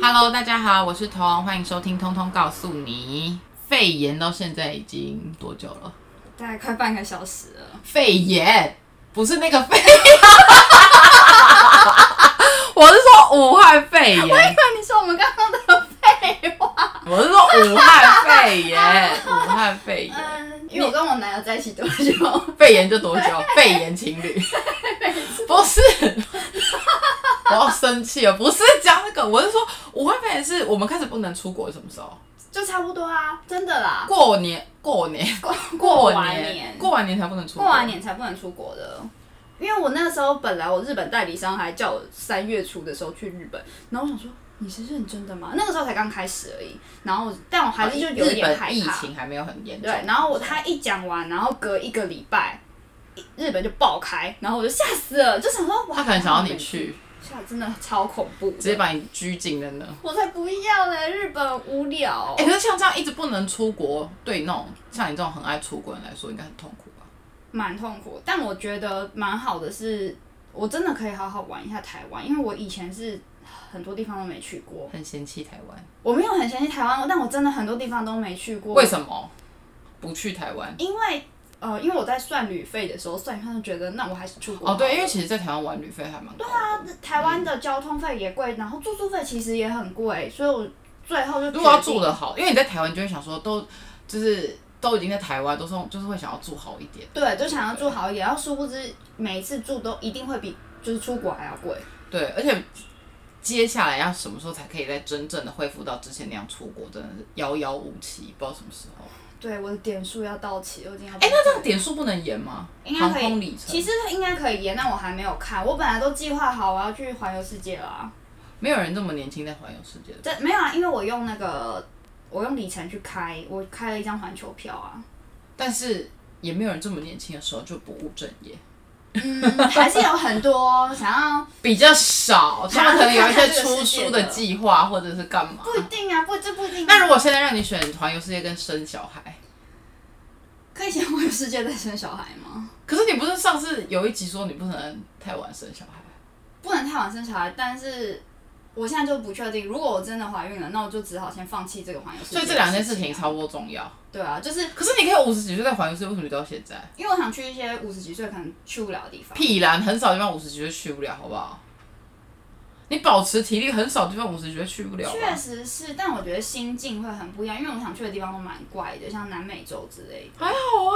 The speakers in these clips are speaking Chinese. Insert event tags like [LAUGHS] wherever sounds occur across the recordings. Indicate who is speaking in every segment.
Speaker 1: Hello，大家好，我是彤，欢迎收听《通通告诉你》。肺炎到现在已经多久了？
Speaker 2: 大概快半个小时了。
Speaker 1: 肺炎不是那个肺， [LAUGHS] 我是说武汉肺炎，
Speaker 2: 因为 [LAUGHS] 你说我们刚刚的废话，
Speaker 1: 我是说武汉肺炎，武汉肺炎，
Speaker 2: 嗯，因为我跟我男友在一起多久？
Speaker 1: 肺炎就多久？肺炎情侣，不是，我要生气了，不是讲那个，我是说武汉肺炎是我们开始不能出国什么时候？
Speaker 2: [LAUGHS] 就差不多啊，真的啦。
Speaker 1: 过年，过年，
Speaker 2: 过
Speaker 1: 过
Speaker 2: 完
Speaker 1: 年，过完年才不能出国，
Speaker 2: 过完年才不能出国的。因为我那时候本来我日本代理商还叫我三月初的时候去日本，然后我想说你是认真的吗？那个时候才刚开始而已。然后我但我还是就有
Speaker 1: 啊日
Speaker 2: 点
Speaker 1: 本
Speaker 2: 害
Speaker 1: 疫
Speaker 2: 怕。
Speaker 1: 情还没有很严重，
Speaker 2: 对，然后我他一讲完，然后隔一个礼拜，一日本就爆开，然后我就吓死了，就想说哇，
Speaker 1: 他可能想要你去，
Speaker 2: 吓，真的超恐怖的，
Speaker 1: 直接把你拘禁在那。
Speaker 2: 我才不要嘞！日本无聊，
Speaker 1: 哎、可是像这样一直不能出国，对那种像你这种很爱出国人来说，应该很痛苦吧？
Speaker 2: 蛮、痛苦。但我觉得蛮好的是，我真的可以好好玩一下台湾，因为我以前是很多地方都没去过。
Speaker 1: 很嫌弃台湾，
Speaker 2: 我没有很嫌弃台湾，但我真的很多地方都没去过。
Speaker 1: 为什么不去台湾？
Speaker 2: 因为呃，因为我在算旅费的时候，算一算就觉得，那我还啊是出国
Speaker 1: 哦，对，因
Speaker 2: 为
Speaker 1: 为其实，在台湾玩旅费还蛮高的。
Speaker 2: 台湾的交通费也贵，然后住宿费其实也很贵，所以我最后就
Speaker 1: 如果要
Speaker 2: 决定
Speaker 1: 住的好，因为你在台湾就会想说都，就是都已经在台湾，都是就是会想要住好一点。
Speaker 2: 对，就想要住好一点，然后殊不知每一次住都一定会比就是出国还要贵。
Speaker 1: 对，而且接下来要什么时候才可以再真正的恢复到之前那样出国，真的是遥遥无期，不知道什么时候。
Speaker 2: 对，我的点数要到期了，我已经要。
Speaker 1: 哎、那这个点数不能延吗？
Speaker 2: 应该
Speaker 1: 航
Speaker 2: 可以
Speaker 1: 空里程
Speaker 2: 其实应该可以延，但我还没有看。我本来都计划好我要去环游世界了、啊，
Speaker 1: 没有人这么年轻在环游世界的。
Speaker 2: 这没有啊，因为我用那个我用里程去开，我开了一张环球票 [LAUGHS] 啊。
Speaker 1: 但是也没有人这么年轻的时候就不务正业，
Speaker 2: 嗯，还是有很多想要，
Speaker 1: 比较少，他们可能有一些出书
Speaker 2: 看看这个世界
Speaker 1: 的
Speaker 2: 的
Speaker 1: 计划或者是干嘛。
Speaker 2: 不一定啊，不这不一定。
Speaker 1: 那如果现在让你选环游世界跟生小孩，
Speaker 2: 可以先环游世界再生小孩吗？
Speaker 1: 可是你不是上次有一集说你不能太晚生小孩？
Speaker 2: 不能太晚生小孩，但是我现在就不确定，如果我真的怀孕了，那我就只好先放弃这个环游世界。
Speaker 1: 所以这两件事情，超不多重要。
Speaker 2: 啊对啊，就是
Speaker 1: 可是你可以五十几岁再环游世界，为什么你都要现在？
Speaker 2: 因为我想去一些五十几岁可能去不了的地方。
Speaker 1: 屁啦，你很少地方五十几岁去不了，好不好？你保持体力，很少地方五十几岁去不了吧。
Speaker 2: 确实是，但我觉得心境会很不一样，因为我想去的地方都蛮怪的，像南美洲之类的。
Speaker 1: 还好啊。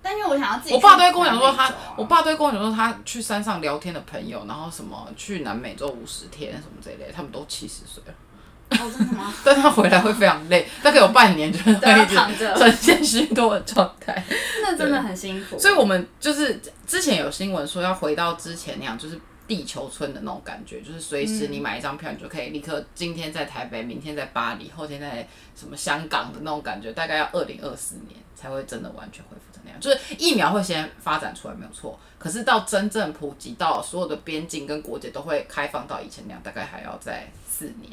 Speaker 2: 但因为我想要自己去
Speaker 1: 我爸
Speaker 2: 南美洲啊、
Speaker 1: 都会跟我讲说他，我爸都会跟我讲说他去山上聊天的朋友，然后什么去南美洲五十天什么这一类，他们都七十岁了，
Speaker 2: 哦，真的
Speaker 1: [LAUGHS]
Speaker 2: 吗？
Speaker 1: 但他回来会非常累，大概有半年就是
Speaker 2: 对
Speaker 1: 会一
Speaker 2: 要
Speaker 1: 直
Speaker 2: 躺着
Speaker 1: 呈现虚脱的状态。
Speaker 2: 那真的很辛苦。
Speaker 1: 所以我们就是之前有新闻说要回到之前那样，就是地球村的那种感觉，就是随时你买一张票，你就可以立刻今天在台北，明天在巴黎，后天在什么香港的那种感觉，大概要二零二四年才会真的完全恢复成那样。就是疫苗会先发展出来没有错，可是到真正普及到所有的边境跟国界都会开放到以前那样，大概还要在四年。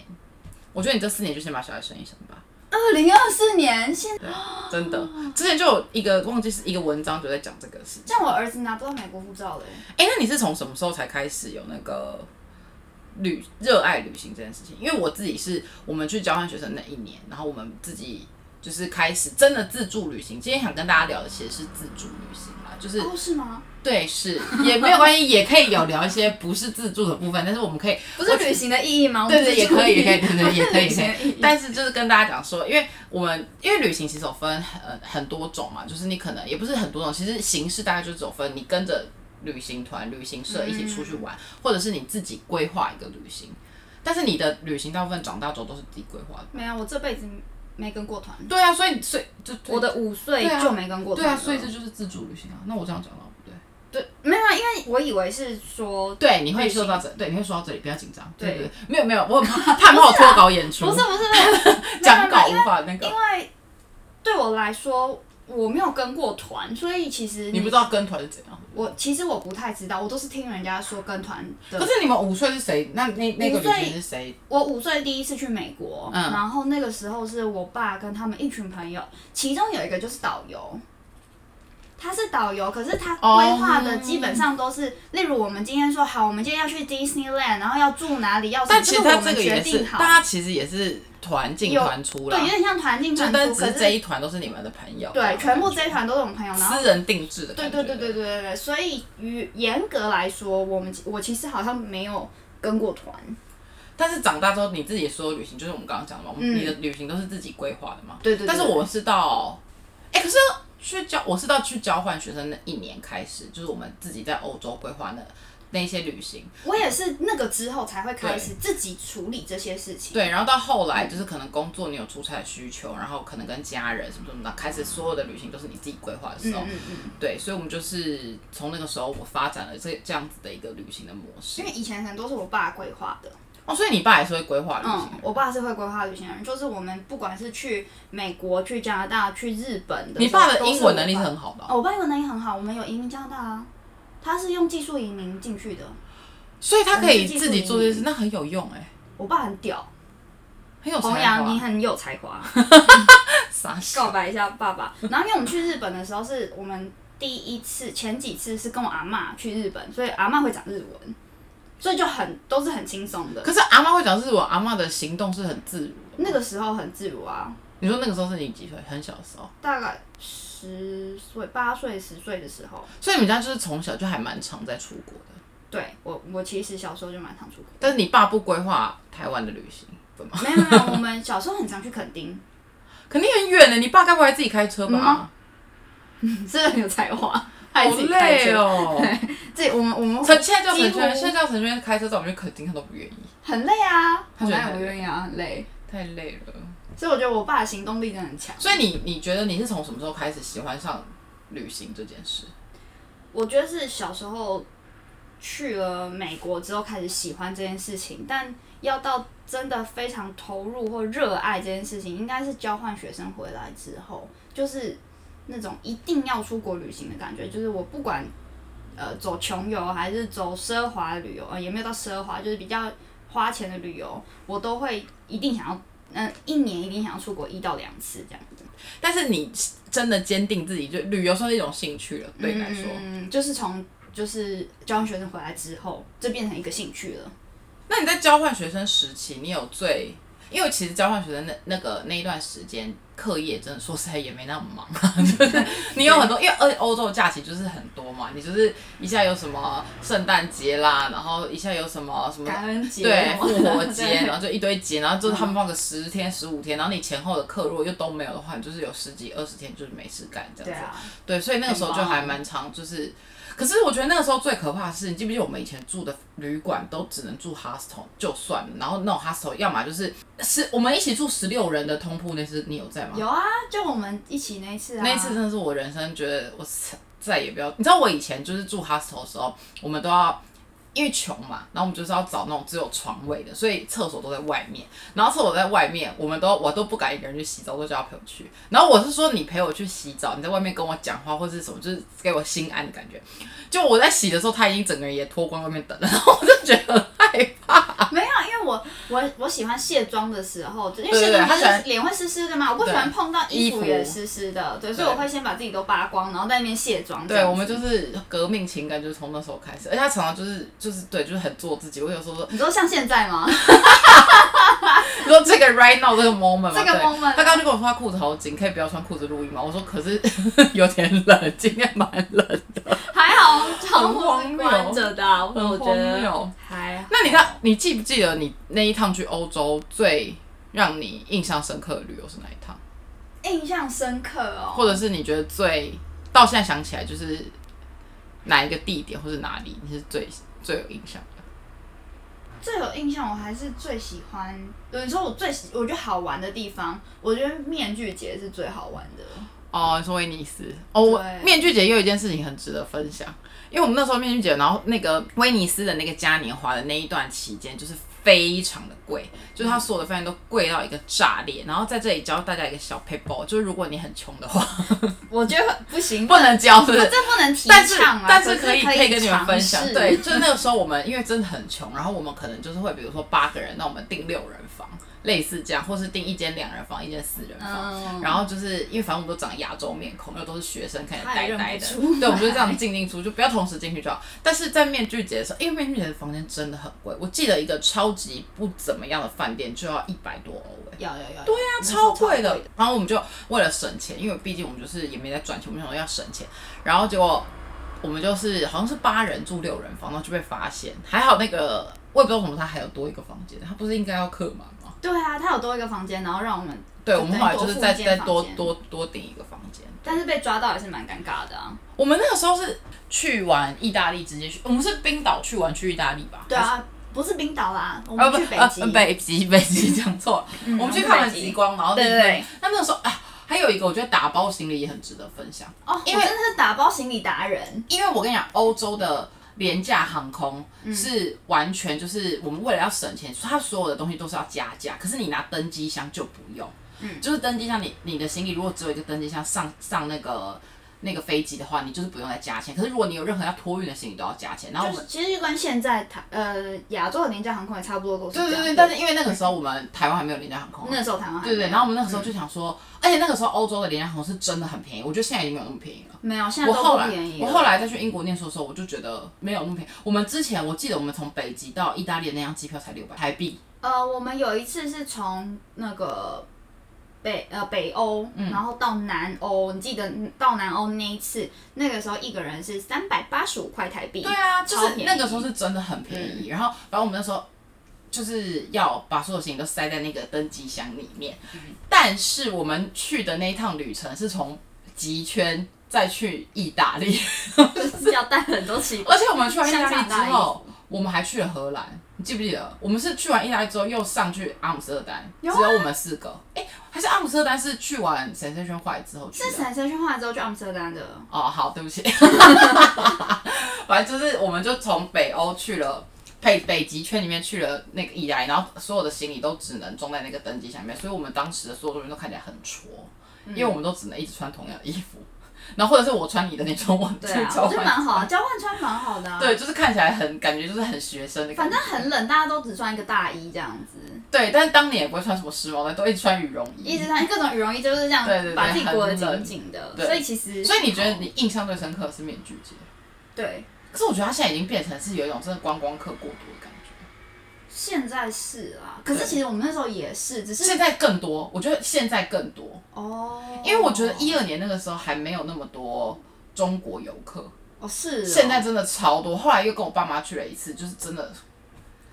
Speaker 1: 我觉得你这四年就先把小孩生一生吧。
Speaker 2: [LAUGHS] 二零二四年现在，
Speaker 1: 对，真的，之前就有一个忘记是一个文章就在讲这个事情。
Speaker 2: 像我儿子拿不到美国护照了耶。
Speaker 1: 哎、那你是从什么时候才开始有那个旅热爱旅行这件事情？因为我自己是我们去交换学生那一年，然后我们自己就是开始真的自助旅行。今天想跟大家聊的其实是自助旅行啦，就是
Speaker 2: 哦，是吗？
Speaker 1: 对是也没有关系，也可以有聊一些不是自助的部分，但是我们可以
Speaker 2: 不是旅行的意义吗？
Speaker 1: 对对，也可以，也可以，对对，也可以， [LAUGHS]
Speaker 2: 旅行的
Speaker 1: 也可
Speaker 2: 意
Speaker 1: 以
Speaker 2: 义。。
Speaker 1: 但是就是跟大家讲说，因为我们因为旅行其实有分很呃很多种嘛，就是你可能也不是很多种，其实形式大概就是有分你跟着旅行团、旅行社一起出去玩，或者是你自己规划一个旅行。但是你的旅行大部分长大之后都是自己规划的。
Speaker 2: 没有，我这辈子没跟过团。
Speaker 1: 对啊，所以所以就对
Speaker 2: 我的五岁
Speaker 1: 对啊
Speaker 2: 就没跟过
Speaker 1: 对
Speaker 2: 团
Speaker 1: 啊，
Speaker 2: 了。
Speaker 1: 所以这就是自助旅行啊。那我这样讲到不对？
Speaker 2: 对，没有，啊，因为我以为是说，
Speaker 1: 对，你会
Speaker 2: 旅行
Speaker 1: 说到这，对，你会说到这里，不要紧张。对
Speaker 2: 对
Speaker 1: 对，对没有没有，我很怕怕怕我脱稿演出啊
Speaker 2: 不，是不是，不是
Speaker 1: 讲
Speaker 2: 没有
Speaker 1: 稿
Speaker 2: 没有
Speaker 1: 无法那
Speaker 2: 因
Speaker 1: 个，
Speaker 2: 为对我来说，我没有跟过团，所以其实
Speaker 1: 你不知道跟团是怎样。
Speaker 2: 我其实我不太知道，我都是听人家说跟团
Speaker 1: 可
Speaker 2: 的。
Speaker 1: 是你们五岁是谁？那那那个
Speaker 2: 五
Speaker 1: 旅
Speaker 2: 岁
Speaker 1: 行是谁？
Speaker 2: 我五岁第一次去美国，
Speaker 1: 嗯
Speaker 2: 然后那个时候是我爸跟他们一群朋友，其中有一个就是导游，他是导游，可是他
Speaker 1: 哦
Speaker 2: 规划的基本上都是，例如我们今天说好，我们今天要去 Disneyland，然后要住哪里，要什么，
Speaker 1: 但其
Speaker 2: 哦这
Speaker 1: 实
Speaker 2: 个
Speaker 1: 他
Speaker 2: 我
Speaker 1: 这
Speaker 2: 们
Speaker 1: 个
Speaker 2: 决
Speaker 1: 也是
Speaker 2: 定，好。
Speaker 1: 大家其实也是团进
Speaker 2: 有
Speaker 1: 团出啦
Speaker 2: 对，有，点像团进
Speaker 1: 就
Speaker 2: 团
Speaker 1: 但
Speaker 2: 出，
Speaker 1: 只
Speaker 2: 可
Speaker 1: 是这一团都是你们的朋友，
Speaker 2: 对，全部这一
Speaker 1: 一
Speaker 2: 团都是我们朋友，然后
Speaker 1: 私人定制的
Speaker 2: 对
Speaker 1: 感觉，
Speaker 2: 对对对对对对，所以与严格来说，我们我其实好像没有跟过团，
Speaker 1: 但是长大之后，你自己说旅行，就是我们刚刚讲的嘛，我们
Speaker 2: 嗯
Speaker 1: 你的旅行都是自己规划的嘛。
Speaker 2: 对对对
Speaker 1: 但是我是到，哎、可是去交，我是到去交换学生那一年开始，就是我们自己在欧洲规划那那一些旅行。
Speaker 2: 我也是那个之后才会开始自己处理这些事情。
Speaker 1: 对，然后到后来就是可能工作你有出差的需求，然后可能跟家人什么什么的，开始所有的旅行都是你自己规划的时候。
Speaker 2: 嗯嗯，
Speaker 1: 对，所以我们就是从那个时候我发展了这这样子的一个旅行的模式
Speaker 2: 因。为以前可能都是我爸规划的，
Speaker 1: 哦，所以你爸也是会规划旅行
Speaker 2: 嗯
Speaker 1: 的人。，
Speaker 2: 我爸是会规划旅行的人，就是我们不管是去美国、去加拿大、去日本的，
Speaker 1: 你爸的英文能力是
Speaker 2: 很，
Speaker 1: 很好的哦、
Speaker 2: 哦，我爸英文能力很好，我们有移民加拿大啊，他是用技术移民进去的，
Speaker 1: 所以他可以
Speaker 2: 我们是技术
Speaker 1: 自己做这
Speaker 2: 移
Speaker 1: 些
Speaker 2: 民
Speaker 1: 事，那很有用哎、
Speaker 2: 我爸很屌，
Speaker 1: 很有才
Speaker 2: 弘
Speaker 1: 华。
Speaker 2: 扬你很有才华。
Speaker 1: 傻笑。
Speaker 2: [LAUGHS] 告白一下爸爸。然后因为我们去日本的时候，是我们第一次，前几次是跟我阿嬷去日本，所以阿嬷会讲日文，所以就很都是很轻松的。
Speaker 1: 可是阿妈会讲日文，阿妈的行动是很自如的。
Speaker 2: 那个时候很自如啊，
Speaker 1: 你说那个时候是你几岁？很小的时候，
Speaker 2: 大概十岁、八岁、十岁的时候，
Speaker 1: 所以你们家就是从小就还蛮常在出国的。
Speaker 2: 对我我其实小时候就蛮常出国。
Speaker 1: 但是你爸不规划台湾的旅行，对吗？
Speaker 2: 没有没有，我们小时候很常去垦丁， [LAUGHS]
Speaker 1: 肯定很远的，你爸该不会自己开车
Speaker 2: 嗯
Speaker 1: 吧
Speaker 2: 吗？是很有才华，
Speaker 1: 好
Speaker 2: 还自己开
Speaker 1: 累
Speaker 2: 车。
Speaker 1: 哦。
Speaker 2: 自己我们我们
Speaker 1: 陈现在叫陈
Speaker 2: 几乎
Speaker 1: 轩，现在叫陈轩开车载我们去垦丁，他都不愿意，
Speaker 2: 很累啊，
Speaker 1: 他觉
Speaker 2: 我
Speaker 1: 得
Speaker 2: 哪有
Speaker 1: 很
Speaker 2: 不
Speaker 1: 累
Speaker 2: 愿意啊，很累。
Speaker 1: 太累了。
Speaker 2: 所以我觉得我爸的行动力真的很强。
Speaker 1: 所以你你觉得你是从什么时候开始喜欢上旅行这件事？
Speaker 2: 我觉得是小时候去了美国之后开始喜欢这件事情，但要到真的非常投入或热爱这件事情，应该是交换学生回来之后，就是那种一定要出国旅行的感觉。就是我不管呃走穷游还是走奢华旅游，呃也没有到奢华，就是比较花钱的旅游，我都会一定想要。嗯，一年一定想要出国一到两次这样子，
Speaker 1: 但是你真的坚定自己，就旅游算是一种兴趣了，对你来说。
Speaker 2: 嗯，就是从就是交换学生回来之后，这变成一个兴趣了。
Speaker 1: 那你在交换学生时期，你有最？因为其实交换学生那那个那一段时间，课业真的说实在也没那么忙
Speaker 2: [LAUGHS]
Speaker 1: 啊，就是你有很多，因为而且欧洲的假期就是很多嘛，你就是一下有什么圣诞节啦，然后一下有什么什么
Speaker 2: 感恩节
Speaker 1: 嗯
Speaker 2: 哦
Speaker 1: 对
Speaker 2: 嘛
Speaker 1: 复活
Speaker 2: [LAUGHS]
Speaker 1: 节，
Speaker 2: 对
Speaker 1: 然后就一堆节，然后就是他们放个十天十五天，然后你前后的课如果又都没有的话，你就是有十几二十天就是没事干这样子。
Speaker 2: 对啊，
Speaker 1: 对，所以那个时候就还
Speaker 2: 很忙
Speaker 1: 蛮长，就是，可是我觉得那个时候最可怕的是，你记不记得我们以前住的旅馆都只能住 hostel 就算了，然后那种 hostel 要么就是是我们一起住十六人的通铺那次，你有在吗？
Speaker 2: 有啊，就我们一起那一次啊，
Speaker 1: 那一次真的是我人生觉得我再也不要，你知道我以前就是住 hostel 的时候，我们都要。因为穷嘛，然后我们就是要找那种只有床位的，所以厕所都在外面。然后厕所在外面，我们都我都不敢一个人去洗澡，都叫他陪我去。然后我是说你陪我去洗澡，你在外面跟我讲话或是什么，就是给我心安的感觉。就我在洗的时候，他已经整个人也脱光外面等了，然后我就觉得很害怕。
Speaker 2: 没有，因为我我我喜欢卸妆的时候，就因为
Speaker 1: 对对
Speaker 2: 卸妆不
Speaker 1: 他喜欢
Speaker 2: 是脸会湿湿的嘛，我不喜欢碰到衣服
Speaker 1: 对
Speaker 2: 也湿湿的，对，所以我会先把自己都扒光，然后在那边卸妆这
Speaker 1: 对，
Speaker 2: 样子。
Speaker 1: 我们就是革命情感，就是从那时候开始。而且他常常就是就是对，就是很做自己。我有时候说
Speaker 2: 你说像现在吗？ [LAUGHS]
Speaker 1: 你说这个 right now 这个 moment 吗
Speaker 2: 这个
Speaker 1: 对
Speaker 2: moment
Speaker 1: 他刚刚就跟我说他裤子好紧，可以不要穿裤子录音吗？我说可是 [LAUGHS] 有点冷，今天蛮冷，
Speaker 2: 还好，窗
Speaker 1: 很
Speaker 2: 户
Speaker 1: 荒
Speaker 2: 是
Speaker 1: 谬
Speaker 2: 关着的啊、我觉
Speaker 1: 很荒
Speaker 2: 得
Speaker 1: 谬
Speaker 2: 还好。
Speaker 1: 那你看，你记不记得你那一趟去欧洲最让你印象深刻的旅游是哪一趟？
Speaker 2: 印象深刻哦，
Speaker 1: 或者是你觉得最到现在想起来就是哪一个地点或是哪里你是最最有印象的？
Speaker 2: 最有印象，我还是最喜欢。有人说我最喜，我觉得好玩的地方，我觉得面具节是最好玩的。
Speaker 1: 哦，你说威尼斯哦，我
Speaker 2: 对
Speaker 1: 面具节又有一件事情很值得分享，因为我们那时候面具节，然后那个威尼斯的那个嘉年华的那一段期间，就是非常的贵，就是它所有的饭店都贵到一个炸裂。然后在这里教大家一个小 p a p e r 就是如果你很穷的话，
Speaker 2: 我觉得不行，
Speaker 1: 不能教，是不
Speaker 2: 不这 [LAUGHS]
Speaker 1: 是？
Speaker 2: 不能提
Speaker 1: 但是
Speaker 2: 倡啊，
Speaker 1: 但
Speaker 2: 是
Speaker 1: 是可以
Speaker 2: 可
Speaker 1: 可以跟你们分享
Speaker 2: 尝，试
Speaker 1: 对，就是那个时候我们因为真的很穷，然后我们可能就是会比如说八个人，那我们订六人房，类似这样，或是订一间两人房，一间四人房。
Speaker 2: 嗯，
Speaker 1: 然后就是因为反正我们都长亚洲面孔，又都是学生，看起来
Speaker 2: 他
Speaker 1: 呆
Speaker 2: 也认
Speaker 1: 呆
Speaker 2: 不
Speaker 1: 的，
Speaker 2: 出来
Speaker 1: 对，我们就这样进进出，就不要同时进去就好。但是在面具节的时候，因为面具节的房间真的很贵，我记得一个超级不怎么样的饭店就要一百多欧欸诶。
Speaker 2: 有有有，对啊
Speaker 1: 超贵的。然后我们就为了省钱，因为毕竟我们就是也没在赚钱，我们想说要省钱。然后结果我们就是好像是八人住六人房，然后就被发现。还好那个我也不知道为什么他还有多一个房间，他不是应该要客满吗？
Speaker 2: 对啊，他有多一个房间，然后让我们，
Speaker 1: 对，
Speaker 2: 就
Speaker 1: 我们后来
Speaker 2: 等
Speaker 1: 就
Speaker 2: 于多
Speaker 1: 是
Speaker 2: 付
Speaker 1: 再
Speaker 2: 一间
Speaker 1: 再
Speaker 2: 房
Speaker 1: 多
Speaker 2: 间
Speaker 1: 多多订一个房间。
Speaker 2: 但是被抓到也是蛮尴尬的啊。
Speaker 1: 我们那个时候是去完意大利，直接去，我们是冰岛去完去意大利吧？
Speaker 2: 对啊，不是冰岛啦，我
Speaker 1: 还是。
Speaker 2: 们
Speaker 1: 呃
Speaker 2: 去
Speaker 1: 不
Speaker 2: 北
Speaker 1: 呃
Speaker 2: 极，
Speaker 1: 北极 [LAUGHS]
Speaker 2: 嗯
Speaker 1: 北极讲错了，我们去看完
Speaker 2: 北极
Speaker 1: 极光，然后
Speaker 2: 对对
Speaker 1: 立刻
Speaker 2: 对。
Speaker 1: 那那个时候啊，还有一个我觉得打包行李也很值得分享，
Speaker 2: 哦，
Speaker 1: 因
Speaker 2: 因
Speaker 1: 为
Speaker 2: 为真的是打包行李达人，
Speaker 1: 因为我跟你讲，欧洲的廉价航空
Speaker 2: 嗯
Speaker 1: 是完全就是我们为了要省钱，所以它所有的东西都是要加价。可是你拿登机箱就不用，
Speaker 2: 嗯
Speaker 1: 就是登机箱你你的行李如果只有一个登机箱上上那个那个飞机的话，你就是不用再加钱。可是如果你有任何要托运的行李都要加钱。然后我
Speaker 2: 就
Speaker 1: 们
Speaker 2: 是其实就跟现在台呃亚洲的廉价航空也差不多都是
Speaker 1: 对
Speaker 2: 这
Speaker 1: 对
Speaker 2: 样。哦
Speaker 1: 对，但是因为那个时候我们台湾还没有廉价航空啊、
Speaker 2: 那时候台湾还
Speaker 1: 对对，
Speaker 2: 没有
Speaker 1: 然后我们那个时候就想说，而且那个时候欧洲的廉价航空是真的很便宜，我觉得现在已经没有那么便宜了。
Speaker 2: 没有，现
Speaker 1: 我
Speaker 2: 在
Speaker 1: 后
Speaker 2: 都
Speaker 1: 来
Speaker 2: 不便宜
Speaker 1: 我
Speaker 2: 了
Speaker 1: 后来再去英国念书的时候，我就觉得没有那么便宜。我们之前我记得我们从北极到意大利的那张机票才六百台币，
Speaker 2: 呃，我们有一次是从那个北呃北欧，
Speaker 1: 嗯
Speaker 2: 然后到南欧，你记得嗯到南欧那一次，那个时候一个人是三百八十五块台币。
Speaker 1: 对啊，就
Speaker 2: 超
Speaker 1: 是
Speaker 2: 便宜
Speaker 1: 那个时候是真的很便宜。然后反正我们那时候就是要把所有行李都塞在那个登机箱里面，但是我们去的那一趟旅程是从极圈再去意大利，
Speaker 2: 就是要带很多奇怪。
Speaker 1: 而且我们去完意大利
Speaker 2: 像
Speaker 1: 之
Speaker 2: 这样
Speaker 1: 后，我们还去了荷兰，你记不记得？我们是去完意大利之后又上去阿姆斯特丹，
Speaker 2: 有啊
Speaker 1: 只有我们四个。哎、还是阿姆斯特丹是去完神圣圈坏之后去
Speaker 2: 是
Speaker 1: 的。
Speaker 2: 闪身去化之后去阿姆斯特丹的，
Speaker 1: 哦，好，对不起。 [LAUGHS] 反正就是，我们就从北欧去了。北北极圈里面去了那个意大利，然后所有的行李都只能装在那个登机箱里面，所以我们当时的所有东西都看起来很挫，因为我们都只能一直穿同样的衣服，然后或者是我穿你的那种，我
Speaker 2: 对
Speaker 1: 去
Speaker 2: 啊，
Speaker 1: 交
Speaker 2: 我觉得
Speaker 1: 换
Speaker 2: 蛮好啊，交换穿蛮好的、啊。，
Speaker 1: 对，就是看起来很感觉就是很学生的感
Speaker 2: 反
Speaker 1: 觉。
Speaker 2: 正很冷，大家都只穿一个大衣这样子，
Speaker 1: 对，但是当年也不会穿什么时髦的，都一直穿羽绒
Speaker 2: 一
Speaker 1: 衣
Speaker 2: 直。穿各种羽绒衣，就是这样
Speaker 1: 对对对
Speaker 2: 把自己裹得
Speaker 1: 很冷
Speaker 2: 紧紧的。
Speaker 1: 对
Speaker 2: 所以其实，
Speaker 1: 所以你觉得你印象最深刻的是面具节？
Speaker 2: 对，
Speaker 1: 可是我觉得它现在已经变成是有一种真的观光客过多的感觉，
Speaker 2: 现在是啊，可是
Speaker 1: 对
Speaker 2: 其实我们那时候也是，只是
Speaker 1: 现在更多，我觉得现在更多，
Speaker 2: 哦，
Speaker 1: 因为我觉得一二年那个时候还没有那么多中国游客，
Speaker 2: 哦是哦
Speaker 1: 现在真的超多。后来又跟我爸妈去了一次，就是真的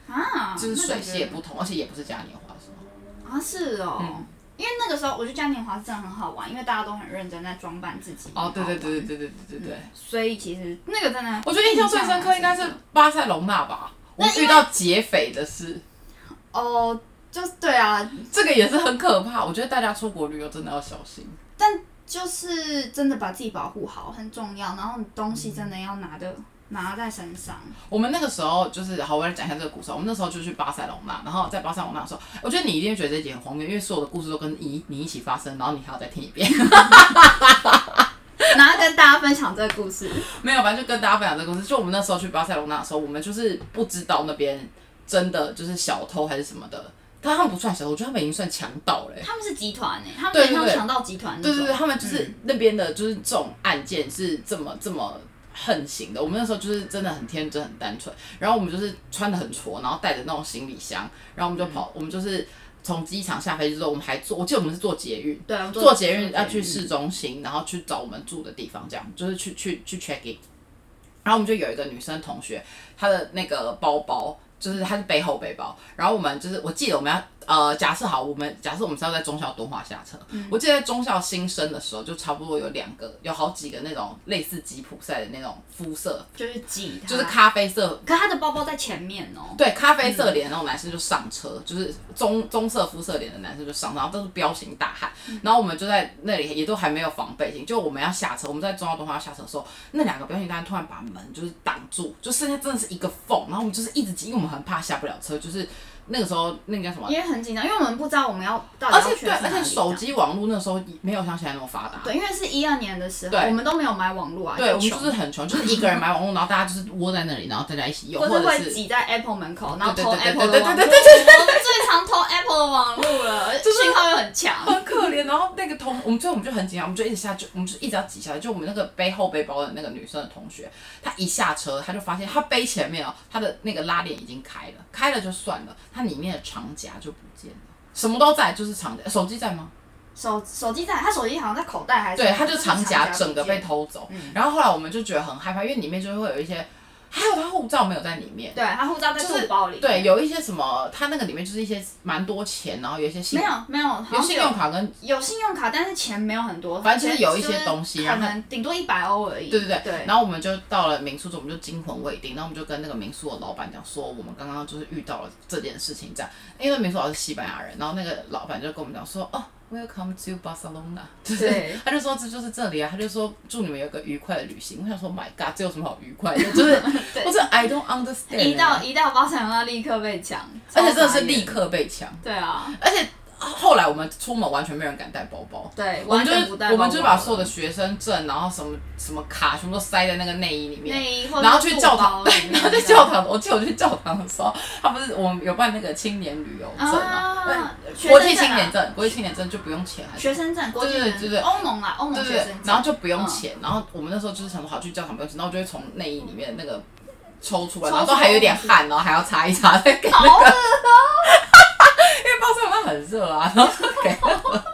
Speaker 2: 啊，
Speaker 1: 就是
Speaker 2: 那
Speaker 1: 水
Speaker 2: 感觉
Speaker 1: 系也不同，而且也不是嘉年华什么。
Speaker 2: 啊是哦。
Speaker 1: 嗯
Speaker 2: 因为那个时候，我觉得嘉年华是真的很好玩，因为大家都很认真在装扮自己。
Speaker 1: 哦，对对对对对对对对对。
Speaker 2: 所以其实那个真的，
Speaker 1: 我觉得印象最深刻应该是巴塞隆纳吧，我遇到劫匪的事，
Speaker 2: 哦，就是对啊，
Speaker 1: 这个也是很可怕。我觉得大家出国旅游真的要小心。
Speaker 2: 就是真的把自己保护好很重要，然后你东西真的要拿的、
Speaker 1: 嗯
Speaker 2: 拿在身上。 [LAUGHS]
Speaker 1: 我们那个时候就是好，我来讲一下这个故事。我们那时候就去巴塞隆纳，然后在巴塞隆纳的时候，我觉得你一定会觉得这一集很荒谬，因为所有的故事都跟你你一起发生，然后你还要再听一遍。
Speaker 2: 然后跟大家分享这个故事。
Speaker 1: 没有，反正就跟大家分享这个故事。就我们那时候去巴塞隆纳的时候，我们就是不知道那边真的就是小偷还是什么的，但他们不算小偷，我觉得他们已经算强盗嘞、
Speaker 2: 他们是集团诶、他们
Speaker 1: 对对
Speaker 2: 有
Speaker 1: 对
Speaker 2: 点像强盗集团那
Speaker 1: 对
Speaker 2: 种。嗯
Speaker 1: 对对，他们就是那边的，就是这种案件是这么这么横行的。我们那时候就是真的很天真，很单纯。然后我们就是穿的很挫，然后带着那种行李箱，然后我们就跑，我们就是从机场下飞机之后，我们还坐，我记得我们是坐捷运，
Speaker 2: 对，我们
Speaker 1: 坐捷运要啊去市中心，然后去找我们住的地方，这样就是去去去 check in。然后我们就有一个女生同学，她的那个包包就是她是背后背包，然后我们就是我记得我们要呃假设好，我们假设我们是要在中校敦化下车，我记得在中校新生的时候就差不多有两个有好几个那种类似吉普赛的那种肤色，
Speaker 2: 就是挤他，
Speaker 1: 就是咖啡色
Speaker 2: 可他的包包在前面哦、
Speaker 1: 对，咖啡色脸那种男生就上车，就是棕棕色肤色脸的男生就上车，然后都是彪形大汉。然后我们就在那里也都还没有防备心，就我们要下车，我们在中央东华要下车的时候，那两个彪形大汉突然把门就是挡住，就剩下真的是一个缝，然后我们就是一直挤，因为我们很怕下不了车，就是。那个时候那个叫什么？
Speaker 2: 因为很紧张，因为我们不知道我们要到底
Speaker 1: 而
Speaker 2: 要
Speaker 1: 且
Speaker 2: 去
Speaker 1: 对，
Speaker 2: 哪里
Speaker 1: 而且手
Speaker 2: 这样
Speaker 1: 机网络那时候没有像现在那么发达。
Speaker 2: 对，因为是一二年的时候，
Speaker 1: 对
Speaker 2: 我们都没有买网络啊，
Speaker 1: 对，我们就
Speaker 2: 穷
Speaker 1: 是很穷，就是一个人买网络，然后大家就是窝在那里，然后大家一起用，
Speaker 2: 或
Speaker 1: 或
Speaker 2: 者
Speaker 1: 者
Speaker 2: 会
Speaker 1: 是
Speaker 2: 挤在 Apple 门口，然后
Speaker 1: 对
Speaker 2: 偷
Speaker 1: 对对
Speaker 2: Apple 的
Speaker 1: 对对
Speaker 2: 网络。
Speaker 1: 对对
Speaker 2: 我们最常偷 Apple 的网络
Speaker 1: [LAUGHS]
Speaker 2: 了，
Speaker 1: 就是
Speaker 2: 信号又很强。
Speaker 1: 很可怜。然后那个同，我们最后我们就很紧张，我们就一直下，就我们就一直要挤下来。就我们那个背后背包的那个女生的同学，她一下车，她就发现她背前面哦，她的那个拉链已经开了，开了就算了，她里面的长夹就不见了，什么都在，就是长夹，手机在吗？
Speaker 2: 手手机在，他手机好像在口袋还是？
Speaker 1: 对，她就长夹
Speaker 2: 不见嗯
Speaker 1: 整个被。偷走。然后后来我们就觉得很害怕，因为里面就会有一些，还有她护照没有在里面。
Speaker 2: 对，他护照在
Speaker 1: 就是
Speaker 2: 肚包里。
Speaker 1: 对，，有一些什么，她那个里面就是一些蛮多钱，然后有一些信
Speaker 2: 没，有没有，好
Speaker 1: 有
Speaker 2: 像
Speaker 1: 信
Speaker 2: 有
Speaker 1: 用卡跟
Speaker 2: 有信用卡，但是钱没有很多，
Speaker 1: 反正就是有一些
Speaker 2: 就是
Speaker 1: 东西
Speaker 2: 可
Speaker 1: 然后
Speaker 2: 能顶多一百欧而已。
Speaker 1: 对对对，
Speaker 2: 对，
Speaker 1: 然后我们就到了民宿之后，我们就惊魂未定，然后我们就跟那个民宿的老板讲说，我们刚刚就是遇到了这件事情，这样，因为民宿老师是西班牙人，然后那个老板就跟我们讲说，哦，Welcome to Barcelona，就是 [LAUGHS]
Speaker 2: 对
Speaker 1: 他就说这就是这里啊，他就说祝你们有个愉快的旅行。我想说，My God，这有什么好愉快的？
Speaker 2: [LAUGHS]
Speaker 1: 就是
Speaker 2: 对
Speaker 1: 或者 I don't understand，
Speaker 2: 一
Speaker 1: 啊
Speaker 2: 到一到巴塞罗那立刻被抢，
Speaker 1: 而且真的是
Speaker 2: 超傻眼
Speaker 1: 立。刻被抢，
Speaker 2: 对啊，
Speaker 1: 而且后来我们出门完全没有人敢带包包。
Speaker 2: 对，
Speaker 1: 我
Speaker 2: 完
Speaker 1: 们就
Speaker 2: 全
Speaker 1: 是
Speaker 2: 不带
Speaker 1: 我们就是把所
Speaker 2: 说
Speaker 1: 有的学生证，然后什么什么卡，全部都塞在那个内衣里面。
Speaker 2: 内衣，或者
Speaker 1: 然后
Speaker 2: 是
Speaker 1: 去
Speaker 2: 肚
Speaker 1: 教堂，
Speaker 2: 包
Speaker 1: 对
Speaker 2: 里，面
Speaker 1: 然 [LAUGHS] 后在
Speaker 2: 的
Speaker 1: 教堂，我记得我去教堂的时候，他不是我们有办那个青年旅游证嘛，
Speaker 2: 啊，学
Speaker 1: 国
Speaker 2: 生
Speaker 1: 际青
Speaker 2: 证啊
Speaker 1: 年证，国际青年证就不用钱，还是
Speaker 2: 学生证，国际
Speaker 1: 对对
Speaker 2: 学
Speaker 1: 对
Speaker 2: 生
Speaker 1: 对
Speaker 2: 证，欧盟啊啦，欧
Speaker 1: 对对
Speaker 2: 盟学
Speaker 1: 对
Speaker 2: 生证，，嗯
Speaker 1: 然后就不用钱，然后我们那时候就是想说好去教堂不用钱，然后就会从内衣里面那个抽出来，
Speaker 2: 抽
Speaker 1: 然后都还有点汗，哦然后还要擦一擦再给那个，因 [LAUGHS]
Speaker 2: 好恶
Speaker 1: 为巴塞罗那很热啊，然后就给那个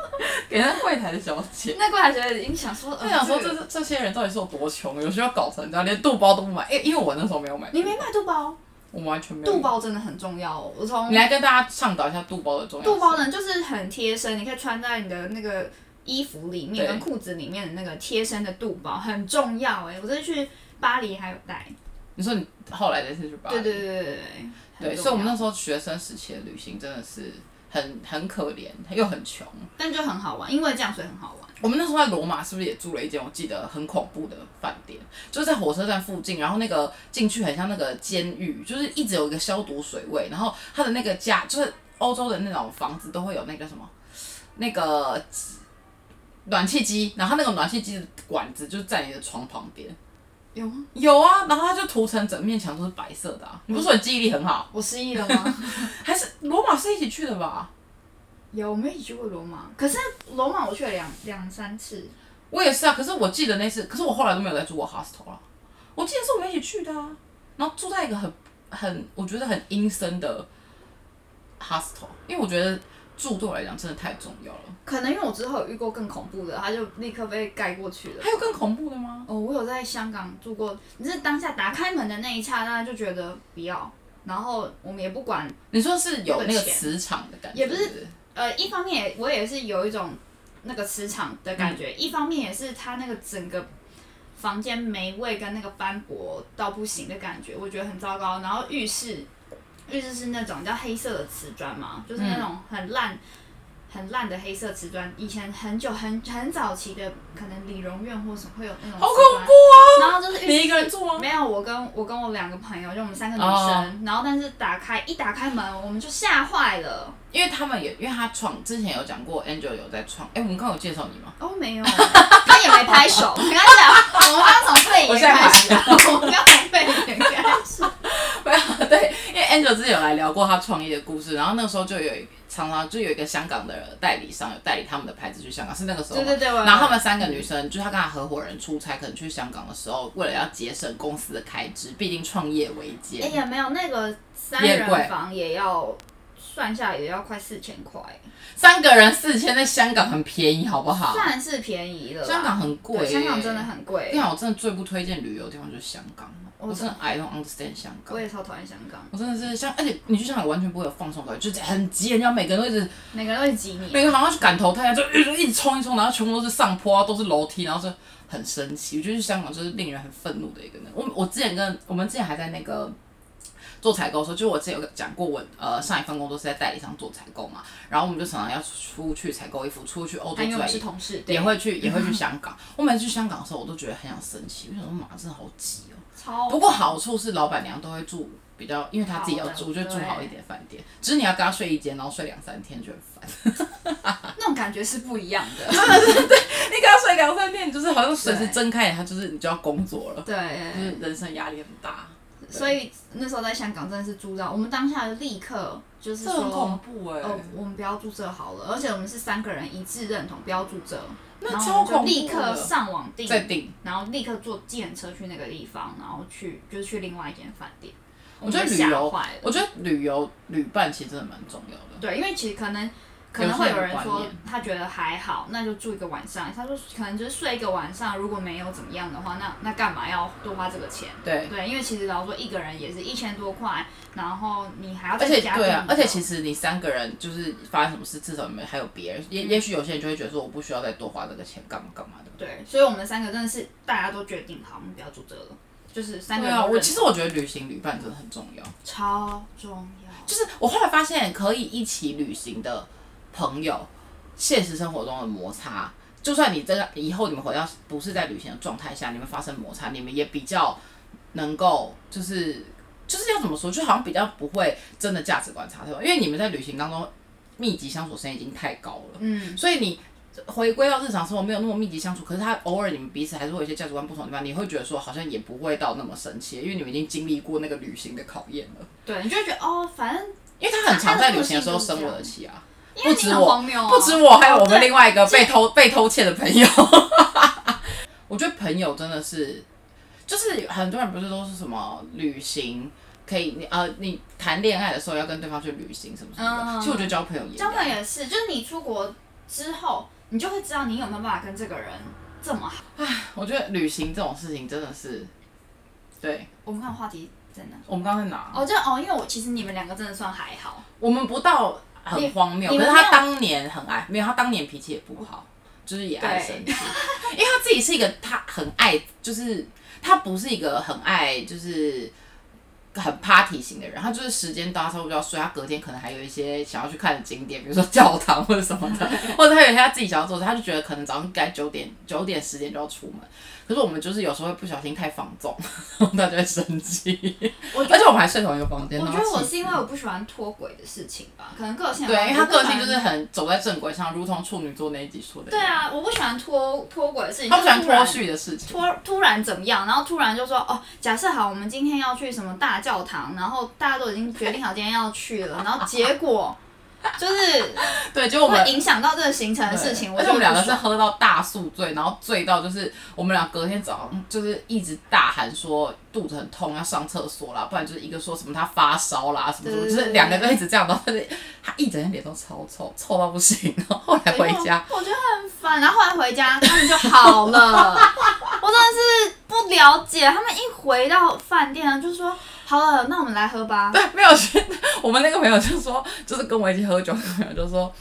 Speaker 1: 给那柜台的小
Speaker 2: [LAUGHS]
Speaker 1: 姐。
Speaker 2: 那柜台学已经想说，
Speaker 1: 我
Speaker 2: 呃
Speaker 1: 想说
Speaker 2: 这
Speaker 1: 这
Speaker 2: 个
Speaker 1: 是这些人到底是有多穷，有时候搞成这样，连肚包都不买，因为因为我那时候没有买，
Speaker 2: 你没买肚包，
Speaker 1: 我完全没有买。
Speaker 2: 肚包真的很重要哦。我从
Speaker 1: 你来跟大家倡导一下肚包的重要性。
Speaker 2: 肚包呢，就是很贴身，你可以穿在你的那个衣服里
Speaker 1: 对
Speaker 2: 面跟裤子里面的那个贴身的肚包很重要哎。我这次去巴黎还有带，
Speaker 1: 你说你后来这次去巴黎，
Speaker 2: 对对对对对对
Speaker 1: 对
Speaker 2: 很重要
Speaker 1: 所以我们那时候学生时期的旅行真的是很很可怜，又很穷。
Speaker 2: 但就很好玩，因为这样所以很好玩。
Speaker 1: 我们那时候在罗马是不是也住了一间我记得很恐怖的饭店？就是在火车站附近，然后那个进去很像那个监狱，就是一直有一个消毒水味，然后它的那个家就是欧洲的那种房子都会有那个什么那个暖气机，然后它那个暖气机的管子就在你的床旁边。
Speaker 2: 有吗？
Speaker 1: 有啊，然后它就涂成整面墙都是白色的、啊。你不是说你记忆力很好？
Speaker 2: 我失忆了吗？
Speaker 1: 还是罗马是一起去的吧？
Speaker 2: 有，我们一起去过罗马，可是罗马我去了两两三次，
Speaker 1: 我也是啊，可是我记得那次，可是我后来都没有再住过 hostel 了。我记得是我们一起去的啊，然后住在一个很很我觉得很阴森的 hostel，因为我觉得住对我来讲真的太重要了。
Speaker 2: 可能因为我之后有遇过更恐怖的，他就立刻被盖过去了。
Speaker 1: 还有更恐怖的吗？
Speaker 2: 哦，我有在香港住过，只是当下打开门的那一刹那就觉得不要，然后我们也不管，
Speaker 1: 你说是有那
Speaker 2: 那
Speaker 1: 个
Speaker 2: 个钱
Speaker 1: 磁场的感觉，
Speaker 2: 也不是
Speaker 1: 对
Speaker 2: 呃，一方面也我也是有一种那个磁场的感
Speaker 1: 嗯
Speaker 2: 觉，一方面也是它那个整个房间霉味跟那个斑驳到不行的感觉，我觉得很糟糕。然后浴室，浴室是那种叫黑色的瓷砖嘛，就是
Speaker 1: 嗯
Speaker 2: 那种很烂。很烂的黑色瓷砖，以前很久很很早期的，可能理容院或什么会有那种
Speaker 1: 好
Speaker 2: 瓷
Speaker 1: 恐
Speaker 2: 砖
Speaker 1: 怖啊！
Speaker 2: 然后就是浴
Speaker 1: 你
Speaker 2: 室
Speaker 1: 一个人住吗？
Speaker 2: 没有，我跟我跟我两个朋友，就我们三个女生
Speaker 1: 哦
Speaker 2: 然后但是打开一打开门，我们就吓坏了。
Speaker 1: 因为他们也因为他创之前有讲过，Angel 有在创，哎、我们刚刚有介绍你吗？
Speaker 2: 哦，没有， [LAUGHS] 他也没拍手，没关系啊，我们刚从肺
Speaker 1: 我
Speaker 2: 炎
Speaker 1: 现在
Speaker 2: 开始啊，我们刚从肺炎开始。
Speaker 1: 没有， [LAUGHS] 对，因为 Angel 之前有来聊过他创业的故事，然后那个时候就有一常常就有一个香港的代理商有代理他们的牌子去香港，是那个时候吗。
Speaker 2: 对对对，我
Speaker 1: 然后他们三个女生，就是她跟她合伙人出差，可能去香港的时候，为了要节省公司的开支，毕竟创业维
Speaker 2: 哎
Speaker 1: 艰，
Speaker 2: 呀，没有那个三
Speaker 1: 也贵
Speaker 2: 人房也要算下来也要快四千块，
Speaker 1: 三个人四千，在香港很便宜，好不好
Speaker 2: 虽？然是便宜了啦，
Speaker 1: 香港很贵耶、
Speaker 2: 对啊香港真的很
Speaker 1: 跟你
Speaker 2: 贵，
Speaker 1: 讲，我真的最不推荐旅游的地方就是香港，我真的 I don't understand 香港
Speaker 2: 我。也超讨厌香港，
Speaker 1: 我真的是像，而且你去香港完全不会有放松感觉，就是很急，人家每个人都一直
Speaker 2: 每个人都会挤你。
Speaker 1: 每个好像去赶投胎，就一直一直冲一冲，然后全部都是上坡、啊，都是楼梯，然后就很生气。我觉得去香港就是令人很愤怒的一个人。我我之前跟我们之前还在那个做采购的时候，就我之前有讲过我，呃上一份工作是在代理商做采购嘛，然后我们就常常要出去采购衣服，出去欧洲
Speaker 2: 还因为我
Speaker 1: 转
Speaker 2: 们是同事，对 [LAUGHS]
Speaker 1: 也会去也会去香港。我每次去香港的时候，我都觉得很想生气，我想说妈真的好挤哦、
Speaker 2: 超
Speaker 1: 不过好处是老板娘都会住比较，因为她自己要住，
Speaker 2: 好
Speaker 1: 就
Speaker 2: 的
Speaker 1: 住好一点的饭店。只是你要跟她睡一间，然后睡两三天就很烦。
Speaker 2: 那种感觉是不一样
Speaker 1: [LAUGHS]
Speaker 2: 的。
Speaker 1: 你跟她睡两三天，你就是好像随时
Speaker 2: 对
Speaker 1: 睁开眼，她就是你就要工作了，就
Speaker 2: 对，
Speaker 1: 是人生压力很大，
Speaker 2: 所以那时候在香港真的是住到，我们当下就立刻就是
Speaker 1: 这很恐
Speaker 2: 说，
Speaker 1: 怖哎、
Speaker 2: 哦，我们不要住这好了，而且我们是三个人一致认同不要住这，
Speaker 1: 那
Speaker 2: 然后
Speaker 1: 超
Speaker 2: 我们
Speaker 1: 恐
Speaker 2: 就
Speaker 1: 怖
Speaker 2: 立刻
Speaker 1: 的。
Speaker 2: 上网订，
Speaker 1: 再订，
Speaker 2: 然后立刻坐计程车去那个地方，然后去就是去另外一间饭店。
Speaker 1: 我觉得
Speaker 2: 们
Speaker 1: 旅
Speaker 2: 吓
Speaker 1: 游
Speaker 2: 坏了，
Speaker 1: 我觉得旅游旅伴其实真的蛮重要的。
Speaker 2: 对，因为其实可能可能会有
Speaker 1: 有
Speaker 2: 人
Speaker 1: 些人观
Speaker 2: 说
Speaker 1: 念
Speaker 2: 他觉得还好，那就住一个晚上。他说可能就是睡一个晚上，如果没有怎么样的话，那那干嘛要多花这个钱？
Speaker 1: 对，
Speaker 2: 对，因为其实老实说一个人也是一千多块，然后你还要
Speaker 1: 而
Speaker 2: 再
Speaker 1: 且
Speaker 2: 加
Speaker 1: 对啊，而且其
Speaker 2: 实
Speaker 1: 实你三个人就是发生什么事，至少你们还有别
Speaker 2: 嗯
Speaker 1: 人。也也许有些人就会觉得说，我不需要再多花这个钱，干嘛干嘛的。
Speaker 2: 对，所以我们三个真的是大家都决定好，我们不要住这了，就是三个
Speaker 1: 对
Speaker 2: 人
Speaker 1: 啊，
Speaker 2: 都
Speaker 1: 我
Speaker 2: 认
Speaker 1: 其实我觉得旅行旅伴真的很重要。
Speaker 2: 超重要，
Speaker 1: 就是我后来发现，可以一起旅行的朋友，现实生活中的摩擦，就算你这个以后你们回到不是在旅行的状态下，你们发生摩擦，你们也比较能够就是就是要怎么说，就好像比较不会真的价值观差太多，因为你们在旅行当中密集相处时间已经太高了。
Speaker 2: 嗯，
Speaker 1: 所以你回归到日常生活没有那么密集相处，可是他偶尔你们彼此还是会有一些价值观不同的地方，你会觉得说好像也不会到那么生气，因为你们已经经历过那个旅行的考验了。
Speaker 2: 对，你就会觉得哦，反正
Speaker 1: 因为他很常在旅行的时候生我的气啊，
Speaker 2: 因为
Speaker 1: 不
Speaker 2: 你
Speaker 1: 止
Speaker 2: 很
Speaker 1: 我
Speaker 2: 荒谬、啊，
Speaker 1: 不止我，还有我
Speaker 2: 对
Speaker 1: 们另外一个被偷被偷窃的朋友。 [LAUGHS] 我觉得朋友真的是，就是很多人不是都是什么旅行。可以，你呃，你谈恋爱的时候要跟对方去旅行什么什么的。
Speaker 2: 嗯
Speaker 1: 其实我觉得交朋友也一
Speaker 2: 交
Speaker 1: 样
Speaker 2: 朋友也是，就是你出国之后，你就会知道你有没有办法跟这个人这么好。
Speaker 1: 我觉得旅行这种事情真的是，对
Speaker 2: 我们看话题在哪？
Speaker 1: 我们刚才哪？啊
Speaker 2: 哦，就哦，因为我其实你们两个真的算还好，
Speaker 1: 我们不到很荒谬，
Speaker 2: 你
Speaker 1: 可是
Speaker 2: 你们没
Speaker 1: 他
Speaker 2: 有
Speaker 1: 当年很爱，没有他当年脾气也不好，就是也爱生气， [LAUGHS] 因为他自己是一个他很爱，就是他不是一个很爱就是。很 party 型的人，他就是时间到，他差不多就要睡，他隔天可能还有一些想要去看的景点，比如说教堂或者什么
Speaker 2: [LAUGHS]
Speaker 1: 的，或者他有一些他自己想要做的事，他就觉得可能早上该九点九点十点就要出门，可是我们就是有时候会不小心太放纵， [LAUGHS] 他就会生气，
Speaker 2: 我 [LAUGHS]
Speaker 1: 而且我们还睡同一个房间，
Speaker 2: 我觉
Speaker 1: 然
Speaker 2: 得
Speaker 1: 后
Speaker 2: 我
Speaker 1: 气
Speaker 2: 是因为我不喜欢脱轨的事情吧，可能个性有
Speaker 1: 对，
Speaker 2: 关
Speaker 1: 因为
Speaker 2: 系
Speaker 1: 他
Speaker 2: 我不
Speaker 1: 个
Speaker 2: 喜欢
Speaker 1: 性就是很走在正轨上，如同处女座那一集说的。
Speaker 2: 对，啊，我不喜欢脱脱轨的事情，
Speaker 1: 他不喜欢
Speaker 2: 啊就是突然
Speaker 1: 脱。序的事情。
Speaker 2: 突突然怎么样？然后突然就说哦，假设好，我们今天要去什么大教堂，然后大家都已经决定好今天要去
Speaker 1: [LAUGHS]
Speaker 2: 了，然后结果就是
Speaker 1: 对，结果我们
Speaker 2: 会影响到这个行程的
Speaker 1: 对
Speaker 2: 事情。
Speaker 1: 而且我们两个是
Speaker 2: 是
Speaker 1: 喝到大宿醉，然后醉到就是我们俩隔天早上就是一直大喊说肚子很痛要上厕所啦，不然就是一个说什么他发烧啦什么什么，
Speaker 2: 对
Speaker 1: 就是两个都一直这样，然后他就他一整天脸都超臭，臭到不行。然后后来回家，
Speaker 2: 哎我觉得很烦。然后后来回家，他们就好
Speaker 1: [LAUGHS]
Speaker 2: 了。我真的是不了解，他们一回到饭店啊，就说好了，那我们来喝吧。
Speaker 1: [LAUGHS] 对，没有去。我们那个朋友就说，就是跟我一起喝酒的朋友就说。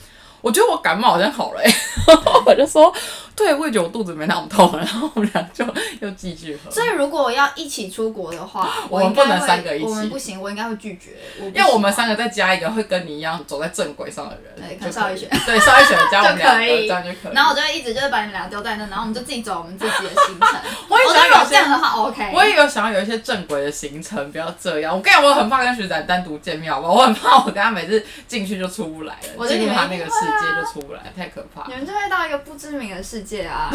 Speaker 1: 我觉得我感冒好像好了、欸， [LAUGHS] 然后我就说，对，我也觉得我肚子没那么痛了，然后我们俩就又继续喝。
Speaker 2: 所以如果我要一起出国的话，
Speaker 1: 我
Speaker 2: 应
Speaker 1: 们不
Speaker 2: 该
Speaker 1: 能
Speaker 2: 会
Speaker 1: 三个一起
Speaker 2: 我们不行，我应该会拒绝。我不
Speaker 1: 因为我们
Speaker 2: 喜
Speaker 1: 三
Speaker 2: 欢
Speaker 1: 个再加一个会跟你一样走在正轨上的人，
Speaker 2: 对
Speaker 1: 就可以
Speaker 2: 看邵逸轩，
Speaker 1: 对邵逸轩加我们两
Speaker 2: 就
Speaker 1: 个，
Speaker 2: 可以
Speaker 1: 这样就可以。
Speaker 2: 然后我就会一直就是把你们俩丢在那，然后我们就自己走我们自己的行程。
Speaker 1: [LAUGHS] 我也
Speaker 2: 觉
Speaker 1: 想
Speaker 2: 得
Speaker 1: 有一
Speaker 2: 如果
Speaker 1: 些
Speaker 2: 这样的话，OK。
Speaker 1: 我也有想要有一些正轨的行程，不要这样。我跟你讲，我很怕跟学长单独见面，好不好？我很怕我跟他每次进去就出不来
Speaker 2: 我
Speaker 1: 了，
Speaker 2: 觉
Speaker 1: 进
Speaker 2: 得你
Speaker 1: 入
Speaker 2: 们
Speaker 1: 他
Speaker 2: 一
Speaker 1: 那
Speaker 2: 定
Speaker 1: 个
Speaker 2: 会
Speaker 1: 世
Speaker 2: 啊
Speaker 1: 界就出不来，太可怕
Speaker 2: 你，们就会到一个不知名的世界啊，